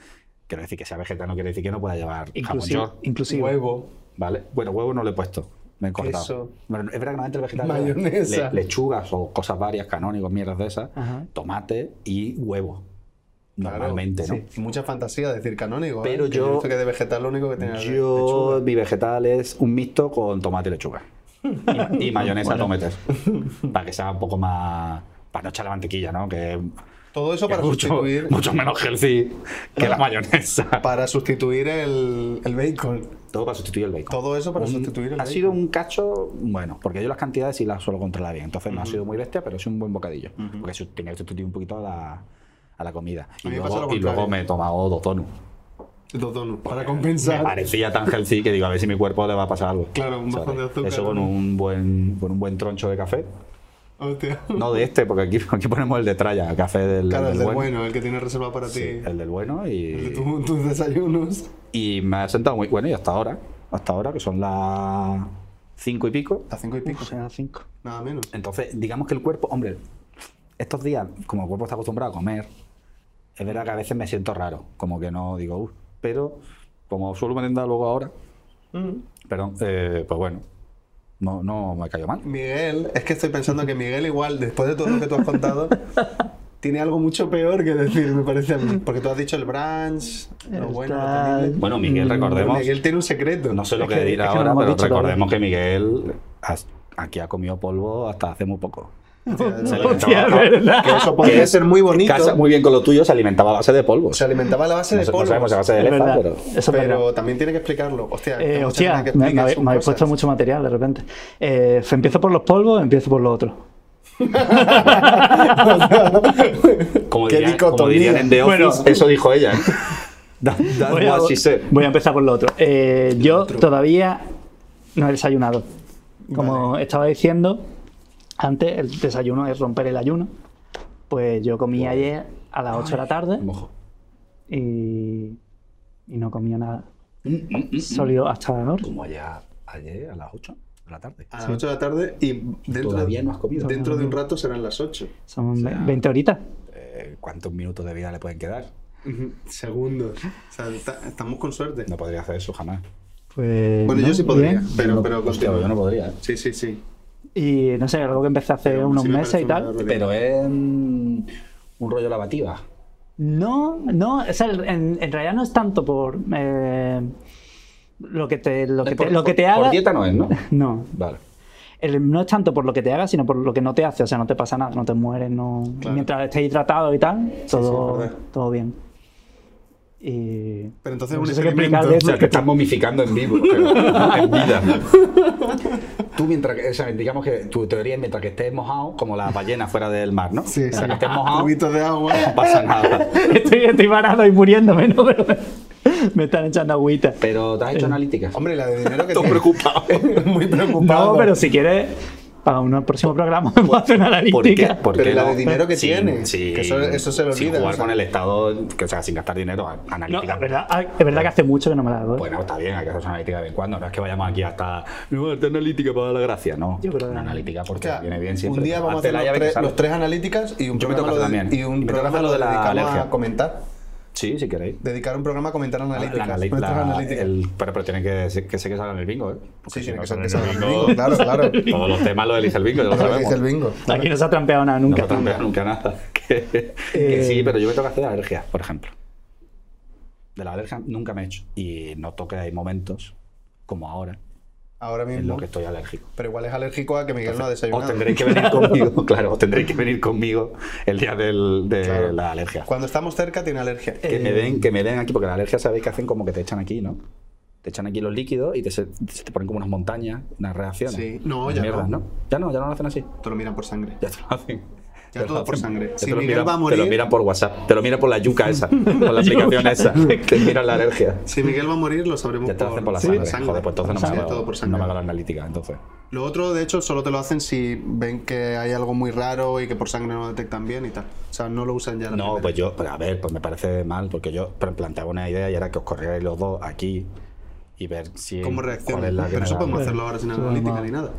Quiero decir que sea vegetal no quiere decir que no pueda llevar jamón
Inclusive,
york,
inclusive.
Huevo.
¿vale? Bueno, huevo no le he puesto, me he cortado.
Queso.
Bueno, es verdad que normalmente el vegetal
Mayonesa.
le- lechugas o cosas varias, canónigos, mierdas de esas,
Ajá.
tomate y huevo.
Claro,
Normalmente, ¿no?
sí. Mucha fantasía decir canónigo. ¿eh?
Pero
Que he
yo-
visto que de vegetal lo único que tenía era
Yo,
lechuga.
mi vegetal es un mixto con tomate y lechuga. Y ma- Y, mayonesa tomates. Para que sea un poco más. Para no echar la mantequilla, ¿no? Que,
Todo eso
que
para
es mucho,
sustituir,
mucho menos healthy que la mayonesa.
para sustituir el, el bacon.
Todo para sustituir el bacon.
Todo eso para
Un-
sustituir el
Ha
bacon.
sido un cacho, bueno, porque yo las cantidades sí las suelo controlar bien. Entonces no ha sido muy bestia, pero es un buen bocadillo. Porque su- tenía que sustituir un poquito a la, a la comida.
A
Y
mí me pasa
luego,
lo
y luego
contrario.
me he tomado dos donuts.
Dos donuts, Para
Me
compensar.
parecía tan healthy que digo, a ver si mi cuerpo le va a pasar algo.
Claro, un bajón de azúcar,
Eso con
¿no?
un buen, con un buen troncho de café.
Hostia.
No de este, porque aquí, aquí ponemos el de tralla, el café del,
Claro,
del
el del bueno, el que tiene reservado para
Sí,
ti.
el del bueno
El de
y,
tu- tus desayunos.
y me ha sentado muy bueno y hasta ahora, hasta ahora que son las cinco y pico,
A cinco y pico,
O sea, cinco.
nada menos.
Entonces, digamos que el cuerpo, hombre, estos días, como el cuerpo está acostumbrado a comer, es verdad que a veces me siento raro, como que no digo, uff, pero como suelo merendar luego ahora, perdón, eh, pues bueno, no, no me cayó mal.
Miguel, es que estoy pensando que Miguel igual, después de todo lo que tú has contado, tiene algo mucho peor que decir, me parece a mí. Porque tú has dicho el brunch, lo bueno, lo
Está-
temible.
Mm. Bueno, Miguel,
Pero
recordemos.
Mm, Miguel tiene un secreto.
No sé lo
Es
que,
que-
dirá
es que no lo
ahora,
hemos
pero
dicho
recordemos que Miguel has- aquí ha comido polvo hasta hace muy poco. Se
Hostia,
alimentaba-
¿verdad?
Que eso podría
Que
ser muy bonito.
Casa muy bien con lo tuyo, se alimentaba a base de polvo.
Se alimentaba a la base
no,
de
sé- no
polvo.
sabemos a base de
Es
leza,
verdad.
pero.
Eso es verdad.
pero también tiene que explicarlo. Hostia,
Eh,
que muchas
hostia,
cosas que
me, me
explican
habéis
son
me habéis
cosas.
puesto mucho material de repente. Eh, empiezo por los polvos, empiezo por lo otro.
Como
Qué
dirían, como
dicotomía.
dirían en The Office,
Bueno.
eso dijo
¿eh?
ella. That- that's
Voy a,
what she said.
voy a empezar por lo otro. Eh, yo todavía no he desayunado. Como estaba diciendo, antes el desayuno es romper el ayuno. Pues yo comí ayer a las 8 de la tarde
Mojo.
y, y no comía nada
Mm,
sólido hasta ahora.
Como allá ayer a las 8 de la tarde.
A las 8 de la tarde y dentro,
Todavía no has comido.
dentro de un rato serán las 8.
Son 20 horitas.
Eh, ¿Cuántos minutos de vida le pueden quedar?
Segundos. O sea, está- estamos con suerte.
No podría hacer eso jamás.
Pues,
Bueno,
no,
yo sí podría,
bien.
pero, pero
Hostia,
continúa.
yo no podría. ¿eh?
Sí, sí, sí.
Y no sé, algo que empecé hace
Pero
unos
sí me parece
meses y
una
tal.
barbaridad.
Pero es mm, un rollo lavativa.
No, no, o sea, en, en realidad no es tanto por eh, lo que te, lo que te,
Por-
lo que te
por-
haga.
Por dieta no es, ¿no?
No,
Vale.
el- no es tanto por lo que te haga, sino por lo que no te hace, o sea, no te pasa nada, no te mueres, no.
Claro.
Mientras estés hidratado y tal, todo,
verdad.
todo bien. Y.
Pero entonces
No
un
sé qué explicar
experimento.
de
O sea, te estás momificando en vivo. pero en vida. Tú, mientras que, o sea, digamos que tu teoría es mientras que estés mojado, como la ballena fuera del mar, ¿no?
Sí,
Mientras que
exacto.
estés mojado, no
Cubitos de agua.
pasa nada.
estoy, estoy varado y muriéndome, ¿no? Pero me están echando agüita.
Pero te has hecho analíticas.
Hombre, la de dinero que
Estoy
tiene.
preocupado.
Muy preocupado.
No, pero si quieres, para un próximo programa me hacer una
¿Por qué?
analítica.
¿Por
Pero
qué
la de dinero que
Sin-
tiene,
sin-
que eso- eso se lo
sin
olvida,
jugar
o sea.
con el Estado, que, o sea, sin gastar dinero, a-
No,
analítica.
es verdad, es verdad que hace mucho que no me la hago. ¿eh?
Bueno, está bien, hay que hacer una analítica de vez en cuando. No es que vayamos aquí hasta. No, esta analítica para dar la gracia, no.
Yo creo que
una
no.
analítica porque
Hostia,
viene bien siempre.
Un día vamos a
Hazte
hacer
la
los
llave que
tres,
sale.
los tres analíticas y un
Yo me
programa,
toca
lo de-
también.
y
Y
un
me toca
programa
hacer
lo
lo de la
dedicamos
alergia.
a comentar.
Sí, si queréis.
Dedicar un programa a comentar analíticas.
La anali-
nuestras
la-
analíticas.
el- pero, pero tiene que, decir- que ser que salga en el bingo, ¿eh? Porque
Sí,
si
tiene
no
que ser
sale
que
en
salga
el
el bingo, claro, claro.
Todos los temas los elige el bingo, ya lo
Claro que
sabemos.
dice el bingo.
Aquí no se ha trampeado nada nunca.
No trampea nunca nada. Que, que
Eh,
sí, pero yo me toca hacer alergias, por ejemplo. De la alergia nunca me he hecho. Y noto que hay momentos, como ahora,
Ahora
en
mismo.
los que estoy alérgico.
Pero igual es alérgico a que Miguel no ha
Os
desayunado.
tendréis que venir conmigo, claro, os tendréis que venir conmigo el día del- de la alergia.
Cuando estamos cerca tiene alergia.
Que me den, que me den aquí, porque la alergia sabéis que hacen como que te echan aquí, ¿no? Te echan aquí los líquidos y te, se, se te ponen como unas montañas, unas reacciones.
Sí. No,
Unas
ya
mierdas,
no.
Ya no, ya no lo hacen así.
Te lo miran por sangre.
Ya te lo hacen.
Ya
Te lo
todo por
hacen.
sangre.
Ya
Si
te, lo
Miguel
miran,
va a morir-
te lo miran por WhatsApp, te lo miran por la yuca esa, por la aplicación esa. Te miran la alergia.
Si Miguel va a morir, lo sabremos
Ya te lo hacen por la
Sí.
sangre. Joder, pues entonces no
Sí,
me, hago,
todo por
no
sangre.
me hago la analítica, entonces.
Lo otro, de hecho, solo te lo hacen si ven que hay algo muy raro y que por sangre no lo detectan bien y tal. O sea, no lo usan ya. la
No,
primera.
pues yo, pero a ver, pues me parece mal, porque yo pl- planteaba una idea y era que os corrierais los dos aquí y ver si.
¿Cómo
cuál es
reaccionan?
la Ah, que
Pero
me
eso
da.
podemos hacerlo ahora sin
Eso
analítica
vamos.
ni nada.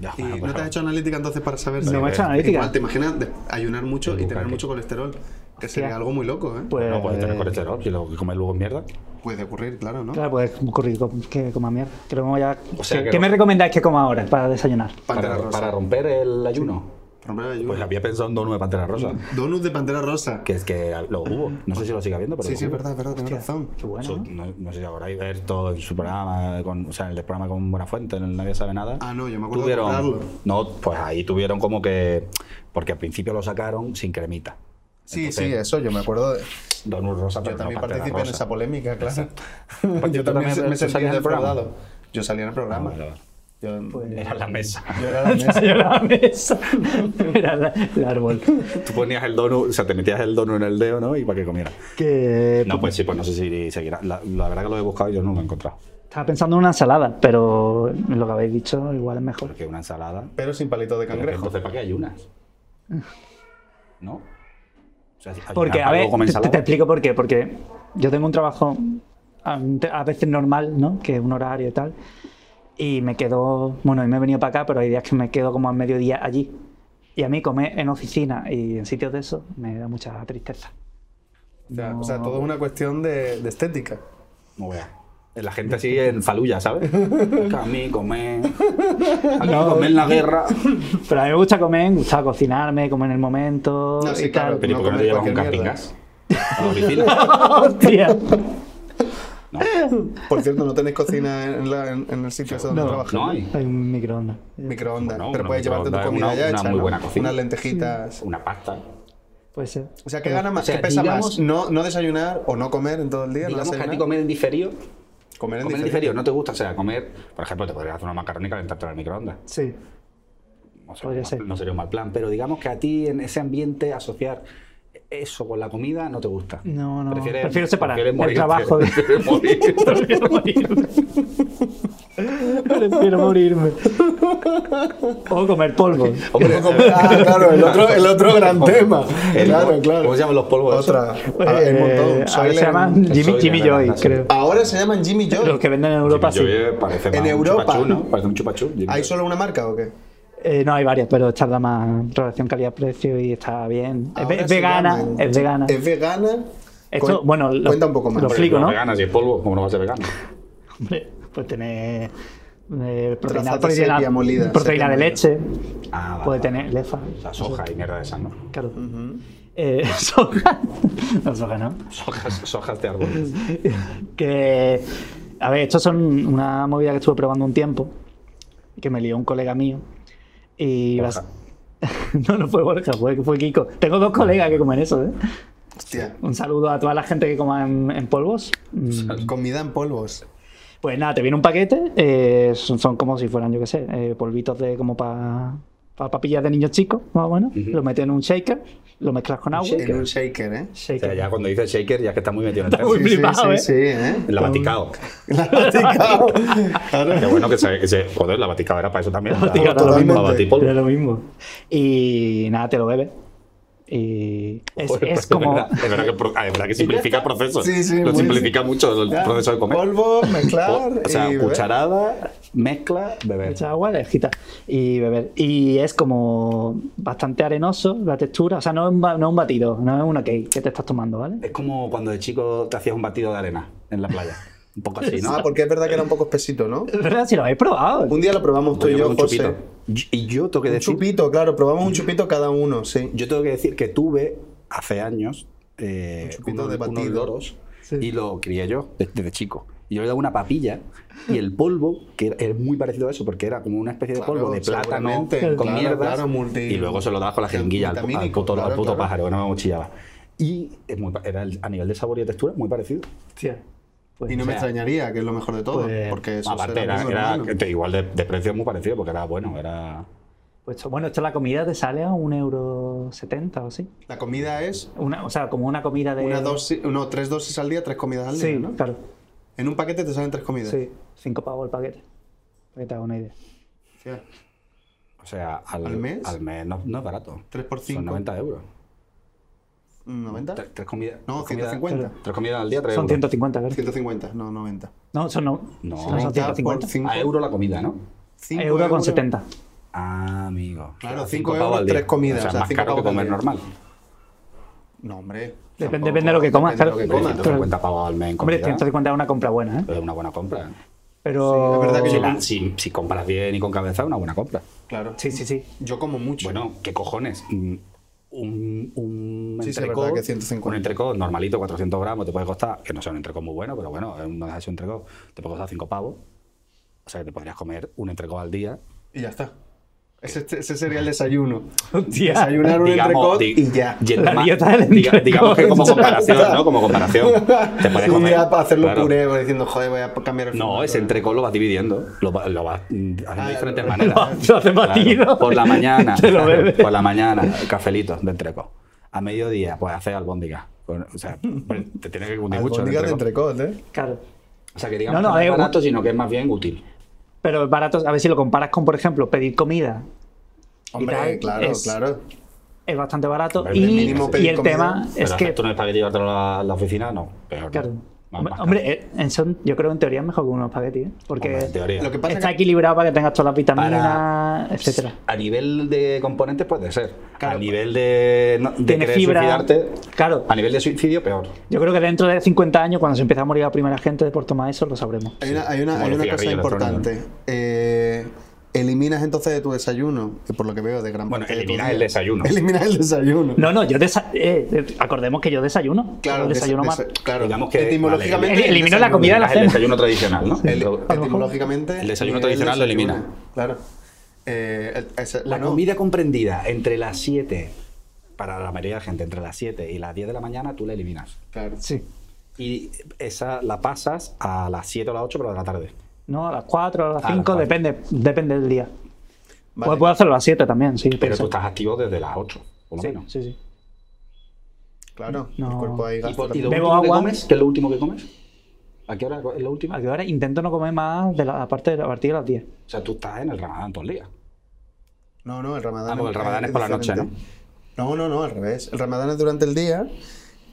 Ya,
¿Y
bueno,
no te
pues,
has hecho analítica entonces para saber si.
No me he hecho analítica.
Igual te imaginas de- ayunar mucho y tener
Bukkake.
mucho colesterol. Que sería
Hostia.
algo muy loco, ¿eh?
Pues,
No, puedes tener colesterol si lo que comes luego es mierda.
Puede ocurrir, claro, ¿no?
Claro, pues ocurrir co- que coma mierda. Que lo voy a-
O sea,
¿Qué,
que
qué
no-
me recomendáis que coma ahora para desayunar?
Pantera
Para,
rosa.
para romper el ayuno.
Romper el ayuno.
Pues había pensado en dono de pantera rosa.
Donut de pantera rosa.
Que es que lo hubo. No sé si lo sigue habiendo, pero.
Sí,
lo
sí, es
hubo.
verdad, es verdad, tienes razón.
Qué bueno.
Su-
¿no?
no, no sé si habráis ver todo en su programa, con, o sea, en el programa con Buenafuente, en el Nadie Sabe Nada.
Ah, no, yo me acuerdo de
tuvieron,
comprarlo.
No, pues ahí tuvieron como que. Porque al principio lo sacaron sin cremita.
Sí,
Entonces,
sí, eso, yo me acuerdo. de-
Donut rosa,
Yo
pero
también
no pantera
participé en
rosa.
esa polémica, claro.
Exacto.
Pues
Tú
Yo también
también
se- me
tú salías
sentí
en el programa.
defraudado. Yo salí en el
Ah,
programa.
vale, vale.
Yo,
Pues-
Era la mesa.
yo era la mesa.
Yo la mesa. Era la- el árbol.
Tú ponías el donut, o sea, te metías el donut en el dedo, ¿no? Y para que comiera.
Que
No, pues sí, pues no sé si seguirá. La, la verdad que lo he buscado y yo no lo he encontrado.
estaba pensando en una ensalada, pero lo que habéis dicho igual es mejor.
Porque una ensalada.
Pero sin palito de
Pero
cangrejo.
Entonces, ¿para qué ayunas? ¿No? O sea, si ayunas
Porque, a
para
ver,
luego comer
te, te- te
ensalada.
explico por qué. Porque yo tengo un trabajo a a veces normal, ¿no? Que es un horario y tal. Y me quedo, bueno, y me he venido para acá, pero hay días que me quedo como al mediodía allí. Y a mí comer en oficina y en sitios de esos me da mucha tristeza.
O sea, o sea, todo es una cuestión de, de estética.
No veas. Eh, La gente así en faluya, ¿sabes? Es que a mí comer. A mí comer en la guerra.
Pero a mí me gusta comer, me gusta cocinarme, como en el momento.
No, sí,
y tal.
claro,
Pero ¿y por qué no te
comer
llevas un
cualquier mierda.
campingas? A la oficina.
Hostia.
Por cierto, no tenéis cocina en, la- en- en el sitio ese donde
No.
trabajas.
No hay.
Hay un microondas.
Microondas.
Bueno,
pero
una
puedes llevarte tu
microondas,
comida
una-
ya
una
hecha.
muy
¿no?
buena cocina.
Unas lentejitas.
Una pasta.
Puede ser.
O sea, ¿qué gana más?
o sea,
¿Qué pesa
digamos-
más? ¿No, no desayunar o no comer en todo el día?
Digamos
no
que a ti
desayunar?
comer en diferido.
comer en
Comer en
diferido.
diferido no te gusta. O sea, comer. Por ejemplo, te podrías hacer una macarrón y calentarte en el microondas.
Sí.
O sea,
Podría
no-
ser.
No sería un mal plan, pero digamos que a ti en ese ambiente asociar eso con la comida no te gusta.
No, no,
Prefieres-
prefiero separar
prefieres
el
morirte,
trabajo de-
prefieres morirte.
Prefiero morirme. Prefiero morirme. O comer polvo.
Hombre,
Ah, claro, el otro, el otro gran tema.
el-
claro, claro.
¿Cómo se llaman los polvos? esos?
Otra. Ah,
Eh,
hay un montón.
ahora se
Soylent.
llaman Jimmy,
Soylent,
Jimmy
¿verdad?
Joy,
Sí.
creo.
Ahora se llaman Jimmy
Los
Joe.
que venden en Europa sí.
Yo, eh, parece más
En
un
Europa.
chupachú, ¿no? Parece un chupachú.
¿Hay solo una marca o qué?
Eh, no, hay varias, pero esta da más relación calidad-precio y está bien. Es,
Ahora
ve- es
se
vegana,
llaman-
es vegana.
Es vegana.
Esto,
Cuen-
bueno, lo-
cuenta un poco más.
lo
Hombre,
flico, ¿no?
Vegana, si es polvo, ¿cómo no va a ser vegano?
Hombre, Pues tener eh, proteína,
Trazas de
proteína,
sepia molida,
proteína
sepia
de
molida.
leche,
Ah, vale,
puede
vale.
tener lefa.
O sea, soja y mierda de esas, ¿no?
Claro.
Mm.
Eh, soja. No, soja no.
Sojas, sojas de árboles.
Que. A ver, estos son una movida que estuve probando un tiempo. Que me lió un colega mío. Y.
Borja.
vas- no, no fue Borja, fue, fue Kiko. Tengo dos colegas que comen eso, ¿eh?
Hostia.
Un saludo a toda la gente que coma en, en polvos. Mm,
Comida en polvos.
Pues nada, te viene un paquete. eh, son, son como si fueran, yo qué sé, eh, polvitos de como para papillas de niños chicos, más o menos. Lo metes en un shaker, lo mezclas con agua.
En un shaker, ¿eh?
O sea,
Shaker.
ya cuando dices shaker, ya que está muy metido en el
Está muy
tema.
Sí, sí,
flipado,
sí,
¿eh?
sí, ¿eh?
La Vaticao.
La platicado. Ahora-
Qué bueno que se, que se- Joder, la Vaticao era para eso también. La
Vaticao era lo mismo.
Batipolvo.
Era lo mismo. Y nada, te lo bebes. Y es,
Joder,
es
pero
como.
Es verdad, es verdad que, pro- ah, es verdad que simplifica el proceso.
Sí, sí,
Lo
muy-
simplifica mucho el
Ya,
proceso de comer.
Polvo, mezclar.
O sea,
y beber.
cucharada, mezcla, beber.
Mucha agua, le agitas y beber. Y es como bastante arenoso la textura. O sea, no es un, ba- no es un batido, no es un ok que te estás tomando, ¿vale?
Es como cuando de chico te hacías un batido de arena en la playa. Un poco así, ¿no?
Ah, porque es verdad que era un poco espesito, ¿no?
Es verdad, si lo habéis probado.
Un día lo probamos tú
Pues
y yo,
con un
José.
chupito. Y- Y yo tengo que
Un
decir.
chupito, claro, probamos un chupito cada uno, sí.
Yo tengo que decir que tuve hace años eh,
chupito
unos-
de
unos
batido.
loros y lo crié yo de- desde, chico. Y yo le daba una papilla y el polvo, que era, es muy parecido a eso, porque era como una especie de
Claro,
polvo de plátano
seguramente,
con
claro,
mierdas.
claro, multi-
y luego se lo dabas con la jeringuilla al, al
multivitamínico,
puto, al
claro,
puto
claro.
pájaro que no me mochillaba. Y es muy pa- era el- a nivel de sabor y de textura muy parecido.
Hostia. Pues,
Y no me extrañaría, que es lo mejor de todo,
Pues,
porque eso
Aparte,
será
era,
muy
era-
hermano.
te- igual de, de precio muy parecido, porque era bueno, era.
pues esto- bueno, esto la comida te sale a un euro setenta o así.
La comida es
Una, o sea, como una comida de.
Eh,
una dosis, no, tres dosis al día, tres comidas al día,
Sí,
¿no?
claro.
En un paquete te salen tres comidas.
Sí, cinco pavos el paquete. Para que te hagas una idea.
Hostia,
O sea, al,
¿Al mes?
al mes no, no es barato.
Tres por
Son
cinco.
90 euros.
¿90?
Tres, tres comidas.
No,
tres comidas-
150.
Tres comidas al día, tres
Son
euros.
150, ¿verdad?
150, no, 90.
No, son no.
No.
son
90 por
150.
5.
A euro la comida, ¿no?
Euro con 70.
Ah, amigo.
Claro,
O sea, cinco
cinco euros,
pavos al día.
tres comidas,
O sea,
o sea,
más
cinco
caro que
pavos al
comer
día.
normal.
No, hombre.
Depende,
tampoco,
depende de lo que comas,
depende
claro.
de lo que
Hombre,
comas.
Pero-
150 pavos al mes en
Hombre,
comida.
150 es una compra buena, ¿eh?
Es una buena compra.
Pero.
Sí, es verdad que
Si,
yo-
la- si, si compras bien y con cabeza, es una buena compra.
Claro.
Sí, sí, sí.
Yo como mucho.
Bueno, ¿qué cojones? Mm, Un, un
Sí, sí, es
entrecot,
verdad que 150.
un entrecot normalito, 400 gramos, te puede costar, que no sea un entrecot muy bueno, pero bueno, eh, no deja de ser un entrecot, te puede costar 5 pavos. O sea, que te podrías comer un entrecot al día.
Y ya está. Ese, ese sería el desayuno.
Hostia.
Desayunar un entrecot
di-
y ya.
yendo
La
más-
dieta del
diga-
entrecot.
digamos que como comparación, ¿no? Como comparación. Te puedes
un
comer,
día para hacerlo
claro.
puré, o diciendo, joder, voy a cambiar el
No,
formato,
ese
¿eh?
entrecot lo vas dividiendo, lo, va- lo vas mm, haciendo
Ah,
de diferentes
lo-
maneras.
lo haces batido.
Por la mañana,
Te lo
claro,
bebes.
por la mañana, cafelito de entrecot. A mediodía, pues haces albóndiga. Con- O sea, pues, te tiene que cundir mucho el
Albóndigas de
entrecot.
entrecot, ¿eh?
Claro.
O sea, que digamos
No, no,
que no es
es
barato,
útil.
sino que es más bien útil.
Pero es barato. A ver si lo comparas con, por ejemplo, pedir comida. y
Hombre,
tal,
claro,
es-
claro.
Es bastante barato.
Hombre,
Y,
mínimo
y
pedir
el
comida.
tema
Pero
es que.
tú no es para que llevártelo a la, la oficina, no. Peor, no.
Claro.
Más-
Hombre,
más
hombre, eh, en son- yo creo en teoría es mejor que unos espaguetis, ¿eh? porque
Hombre, en teoría.
Lo que pasa
está
que-
equilibrado para que tengas todas las vitaminas,
Para-
etcétera.
A nivel de componentes puede ser.
Claro.
a nivel de, no- de
Tiene
querer
fibra.
suicidarte.
Claro.
A nivel de suicidio, peor.
Yo creo que dentro de 50 años, cuando se empiece a morir la primera gente por tomar eso, lo sabremos.
Hay una, hay una-
Como
hay
los
una cosa
cigarrillos
importante. Eh, eliminas entonces de tu desayuno, que por lo que veo de gran
Bueno,
parte de tu
eliminas
día.
el desayuno.
Eliminas el desayuno.
No, no, yo desa- eh, eh, acordemos que yo desayuno.
claro,
Yo
desa-
desayuno más.
desa- claro,
Digamos que-
etimológicamente.
vale, elimino la comida de la
El
cena.
desayuno tradicional, ¿no?
El-
Lo-
etimológamente.
El desayuno
Miguel
tradicional lo elimina.
desayuna, Claro. Eh, el- ese-
La
bueno,
comida comprendida entre las 7, para la mayoría de la gente, entre las 7 y las 10 de la mañana, tú la eliminas.
Claro.
Sí.
Y esa la pasas a las 7 o las 8 pero de la tarde.
No, a las 4, a las
A las
5,
cuatro.
depende, depende del día.
Vale.
O puedo hacerlo a las 7 también, sí.
Pero
puede
tú
ser.
estás activo desde las 8, por lo
Sí,
menos.
sí, sí.
Claro. El
No.
cuerpo ahí gasta.
¿Y lo
Bebo
último que
agua.
comes? ¿Qué es lo último que comes? ¿A qué hora es lo último?
¿A qué hora? Intento no comer más de la, a, partir, a partir de las 10.
Ah,
O sea, tú estás en el ramadán todo el día.
No, no, el ramadán.
Ah, porque el ramadán es por la noche,
diferente. No, no, no, al revés. El ramadán es durante el día,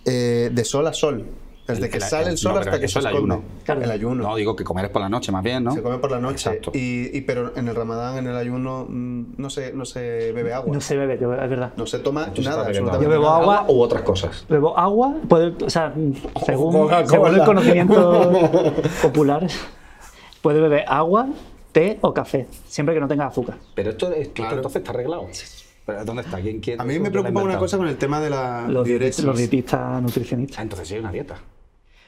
eh, de sol a sol. Desde
El-
que
el-
sale el
el-
sol
no,
hasta
pero
que
eso
se
el
esconde.
ayuno.
Claro.
El ayuno.
No, digo que comer es por la noche más bien, ¿no?
Se come por la noche.
Exacto.
Y, y- pero en el Ramadán, en el ayuno, mm, no se, no se bebe agua.
No se bebe, yo- es verdad.
No se toma
Entonces,
nada,
está bebiendo
absolutamente.
Yo bebo
nada.
agua.
u otras cosas.
Bebo agua, puede, o sea, según,
Coca-Cola.
según el conocimiento popular, puede beber agua, té o café, siempre que no tenga azúcar.
Pero esto, es- esto entonces está arreglado. ¿Pero dónde está? ¿Quién, quién,
A mí
quién lo
me
ha
preocupa una
inventado?
cosa con el tema de la
Los,
Ah, diuresis.
dieti- los dietistas nutricionistas.
Ah, entonces sí hay una dieta.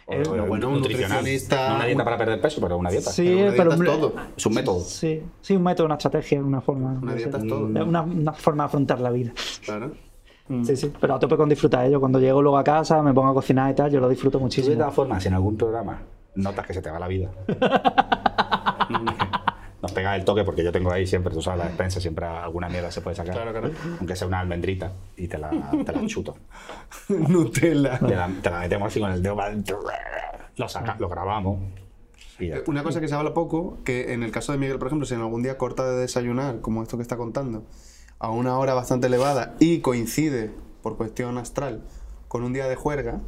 Eh,
no, Oh, bueno, un
nutricional.
nutricionista-
No una dieta para perder peso, pero una dieta.
Sí,
Pero una
pero
dieta es todo.
Es un método.
Sí, sí, un método, una estrategia, una forma.
Una dieta es
no sé,
todo. Mm.
una, una forma de afrontar la vida.
Claro.
Sí, sí, pero a tope con disfrutar. ¿eh? Yo cuando llego luego a casa, me pongo a cocinar y tal, yo lo disfruto
Si de
muchísimo.
todas formas, si en algún programa notas que se te va la vida. Nos pega el toque porque yo tengo ahí siempre, tú sabes, la despensa, siempre alguna mierda se puede sacar.
Claro, claro.
Aunque sea una almendrita y te la, te la chuto.
Nutella.
Te la, te la metemos así con el dedo para adentro. Lo
Ah.
sacas, lo grabamos. Y ya. está.
Una cosa que se habla poco, que en el caso de Miguel, por ejemplo, si en algún día corta de desayunar, como esto que está contando, a una hora bastante elevada y coincide, por cuestión astral, con un día de juerga,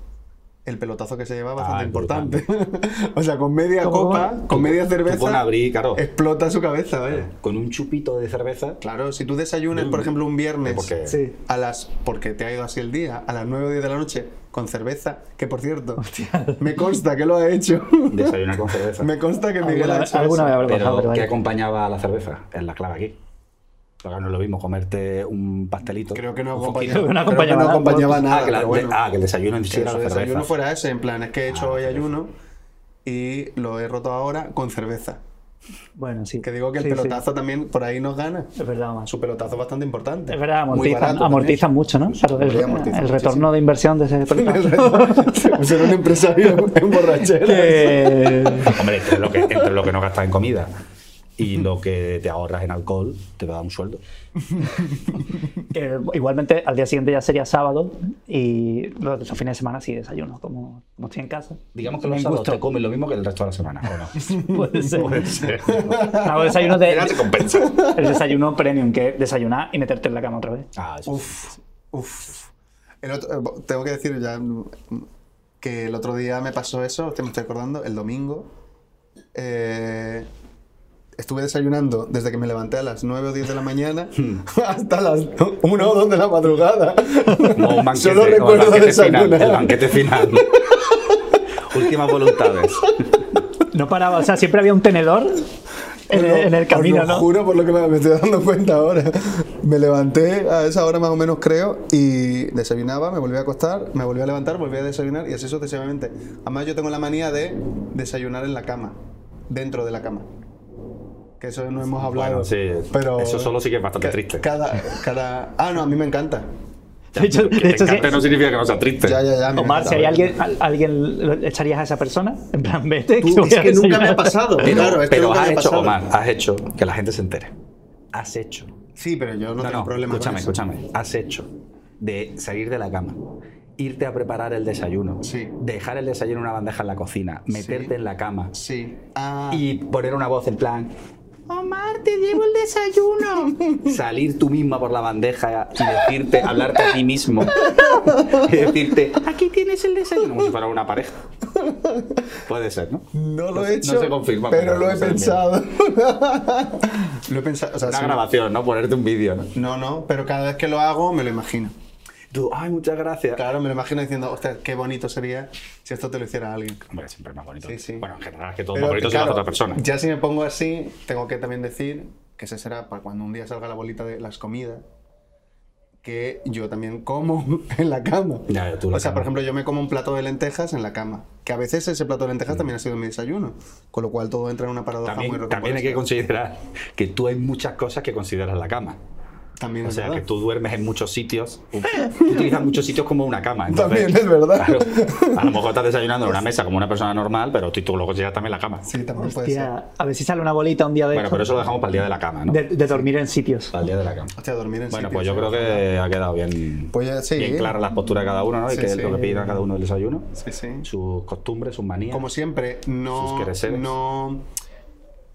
el pelotazo que se lleva es bastante
Ah,
importante. o sea, con media
¿Cómo,
copa,
cómo?
con media cerveza,
Tú con abrir, claro.
explota su cabeza, vaya.
Con un chupito de cerveza.
Claro, si tú desayunas, por ejemplo, un viernes
Porque-
Sí.
a las porque te ha ido así el día, a las 9 o 10 de la noche con cerveza, que por cierto, me consta que lo ha hecho.
Desayunar con cerveza.
me consta que Miguel
Alguna,
ha hecho
alguna vez
eso.
habrá
Pero,
pasado, pero
¿qué
vaya.
acompañaba a la cerveza? Es la clave aquí. Porque no es lo mismo comerte un pastelito.
Creo que no
un
acompañaba,
foquito.
que no
creo que no
acompañaba nada, pues.
acompañaba
Ah,
nada,
que, la-
pero bueno.
ah, que el desayuno en sí
Que
era
su
la cerveza.
desayuno fuera ese, en plan, es que he hecho
Ah,
hoy
la cerveza.
ayuno y lo he roto ahora con cerveza.
Bueno, sí.
Que digo que el
Sí, sí.
pelotazo también por ahí nos gana.
Es verdad, macho.
Su pelotazo bastante importante.
Es verdad,
Muy
amortizan,
barato también.
amortizan mucho, ¿no? Claro, el,
sí, amortizan
el retorno de inversión de ese
El
proyecto.
resto, Ser un empresario en borrachera.
Que-
Eh. Hombre, entre lo, que, entre lo que no gastas en comida y lo que te ahorras en alcohol, te va a dar un sueldo.
que igualmente al día siguiente ya sería sábado y los, los fines de semana sí desayuno, como, como estoy en casa.
Digamos que los
Me
sábados
gusta.
te comes lo mismo que el resto de la semana, ¿o no?
Puede ser.
Puede ser.
Hago desayuno de,
Era recompensa.
el desayuno premium, que es desayunar y meterte en la cama otra vez.
Ah, eso.
Uf, uf. El otro- eh, bo- tengo que decir ya mm, que el otro día me pasó eso, te me estoy acordando, el domingo. Eh, estuve desayunando desde que me levanté a las 9 o 10 de la mañana
Hmm.
hasta las 1 o 2 de la madrugada.
Como un banquete,
Solo
como el
recuerdo
banquete final,
desayunar.
el banquete final. Últimas voluntades.
No paraba, o sea, siempre había un tenedor en, el- en el
Os
camino,
lo
¿no?
juro por lo que me, me estoy dando cuenta ahora. Me levanté a esa hora más o menos, creo, y desayunaba, me volví a acostar, me volví a levantar, volví a desayunar y así sucesivamente. Además, yo tengo la manía de desayunar en la cama, dentro de la cama. Que eso no hemos hablado.
Bueno, sí,
pero
eso solo sí que es bastante
ca-
triste.
Cada, cada... Ah, no, a mí me encanta.
De hecho, de
Que
hecho,
te
sí.
encante no significa que no sea triste.
Ya, ya, ya. a mí me
Omar,
encanta.
si hay alguien, al- alguien lo- echarías a esa persona, en plan, vete.
Tú,
voy
es
a
que nunca me ha
desayunar.
pasado.
Pero,
claro, es que
pero
nunca
has
me ha
hecho,
pasado.
Omar, has hecho que la gente se entere. Has hecho.
Sí, pero yo no,
No,
tengo
no,
problema con
escúchame,
eso.
escúchame. Has hecho de salir de la cama, irte a preparar el desayuno,
Sí.
dejar el desayuno en una bandeja en la cocina, meterte en la cama
Sí. Ah.
y poner una voz en plan,
Omar, te llevo el desayuno.
Salir tú misma por la bandeja y decirte, hablarte a ti mismo. y decirte, aquí tienes el desayuno. Como si fuera una pareja. Puede ser, ¿no?
No lo
No
he
se-
hecho,
no se confirma,
pero,
pero
lo he
no se
pensado. lo he pensado, o sea,
Una
sí.
grabación, ¿no? Ponerte un vídeo, ¿no?
No, no, pero cada vez que lo hago me lo imagino.
Tú, ay, muchas gracias.
Claro, me lo imagino diciendo, hostia, qué bonito sería si esto te lo hiciera alguien.
Hombre, siempre es más bonito.
Sí, sí.
Bueno, en general es que todo es
Pero,
más bonito si lo hace
claro,
otra persona.
Ya si me pongo así, tengo que también decir que ese será para cuando un día salga la bolita de las comidas, que yo también como en la cama.
Ya, ya, tú la
o sea,
cama.
por ejemplo, yo me como un plato de lentejas en la cama, que a veces ese plato de lentejas también ha sido mi desayuno, con lo cual todo entra en una paradoja muy
Mm. También,
rocambolesca.
también hay que considerar que tú hay muchas cosas que consideras la cama.
También
O
es
sea,
verdad.
que tú duermes en muchos sitios, tú utilizas muchos sitios como una cama. entonces,
También es verdad.
claro, a lo mejor estás desayunando en una mesa como una persona normal, pero tú, tú luego llegas también a la cama.
Sí, también puede ser.
Hostia, a ver si sale una bolita un día de
Bueno,
estos.
pero eso lo dejamos para el día de la cama, ¿no?
de, de dormir en sitios.
Para el día de la cama.
Hostia, dormir en
Bueno,
sitios,
pues yo
¿eh?
creo que ha quedado bien,
Pues ya- sí.
bien clara las posturas de cada uno, ¿no? Y
Sí,
que es
sí.
lo que piden a cada uno del desayuno,
Sí, sí.
sus costumbres, sus manías.
Como
Como,
siempre, no,
Sus quereseres.
no,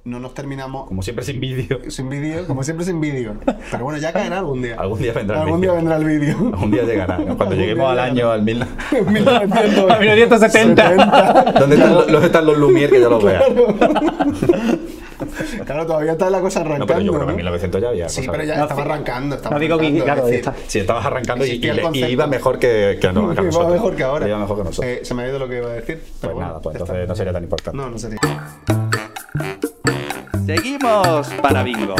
no nos terminamos
siempre sin vídeo.
sin vídeo, como siempre sin vídeo. Pero bueno, ya caerá algún día.
Algún día vendrá el
Algún
vídeo.
día vendrá el vídeo.
Algún día llegará, ¿no? Cuando
Algún
lleguemos
día
al año,
llegará.
al mil...
1970.
¿Dónde están los, dónde están los Lumière que yo los vea?
Claro, todavía está la cosa
No,
arrancando.
pero yo creo que
¿no?
en 1900 ya había
Sí,
cosas.
pero ya
No,
estaba
sí.
arrancando. Estaba
No digo que-
arrancando, es
claro, ya
decir,
está.
Si estabas arrancando y,
Existía
y
el
le- y
concepto.
iba mejor que, que, no, que
iba
nosotros.
mejor que ahora.
Iba mejor que nosotros.
Eh, se me ha ido lo que iba a decir.
pues
pero bueno,
nada, pues
ya está.
entonces no sería tan importante.
No, no sería.
Seguimos para bingo.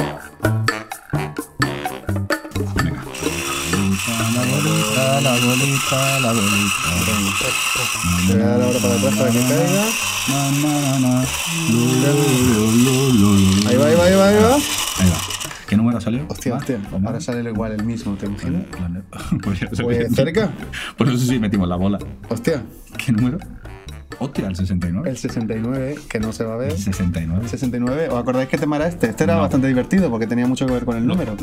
Te voy a dar ahora para atrás para que caiga. Ahí va, ahí va, ahí va, ahí va.
Ahí va. ¿Qué número salió?
Hostia, hostia. Ahora sale igual el mismo, ¿te imaginas? Pues
Pues
cerca.
Por eso sí metimos la bola.
Hostia,
¿Qué número? Hostia, el 69.
el 69, que no se va a ver.
69.
69, ¿os acordáis qué tema era este? Este era bastante divertido porque tenía mucho que ver con el número.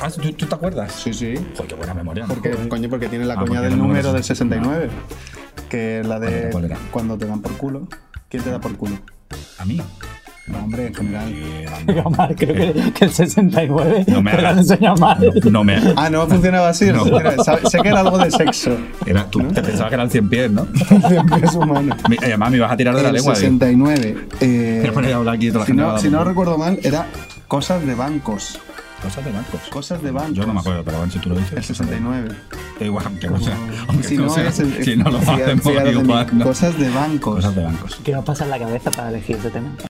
Ah, ¿tú, tú te acuerdas?
Sí, sí.
Joder, qué buena memoria. ¿no?
Porque, coño, porque tiene la
Ah,
coña
porque
del
el número
número del
es-
69. Que es la de
¿Cuál era?
cuando te dan por culo. ¿Quién te da por culo?
A mí.
No, hombre, en general.
Eh,
Omar, creo que, que el 69
No me
te lo
hagas.
han enseñado mal.
no, no me.
Ah, no funcionaba así.
No.
Mira, sabe- sé que era algo de sexo.
Era, tú te pensabas que era el 100 pies, ¿no?
es humano.
Mi- eh, Además, me ibas a tirar de la
El
lengua. digo.
69. eh,
Pero para hablar aquí de toda la
si,
gente
no,
va a-
si no recuerdo mal, era cosas de bancos.
Cosas de bancos.
Cosas de bancos.
Yo no me acuerdo, pero bueno, si tú lo dices.
El 69.
Da igual, aunque no sea.
Como-
Aunque
Si
no,
no,
sea-
es el-
si no lo
si-
hacemos
si ahora
igual.
tenéis
¿no?
Cosas de bancos.
Cosas de bancos.
¿Qué nos pasa en la cabeza para elegir ese tema?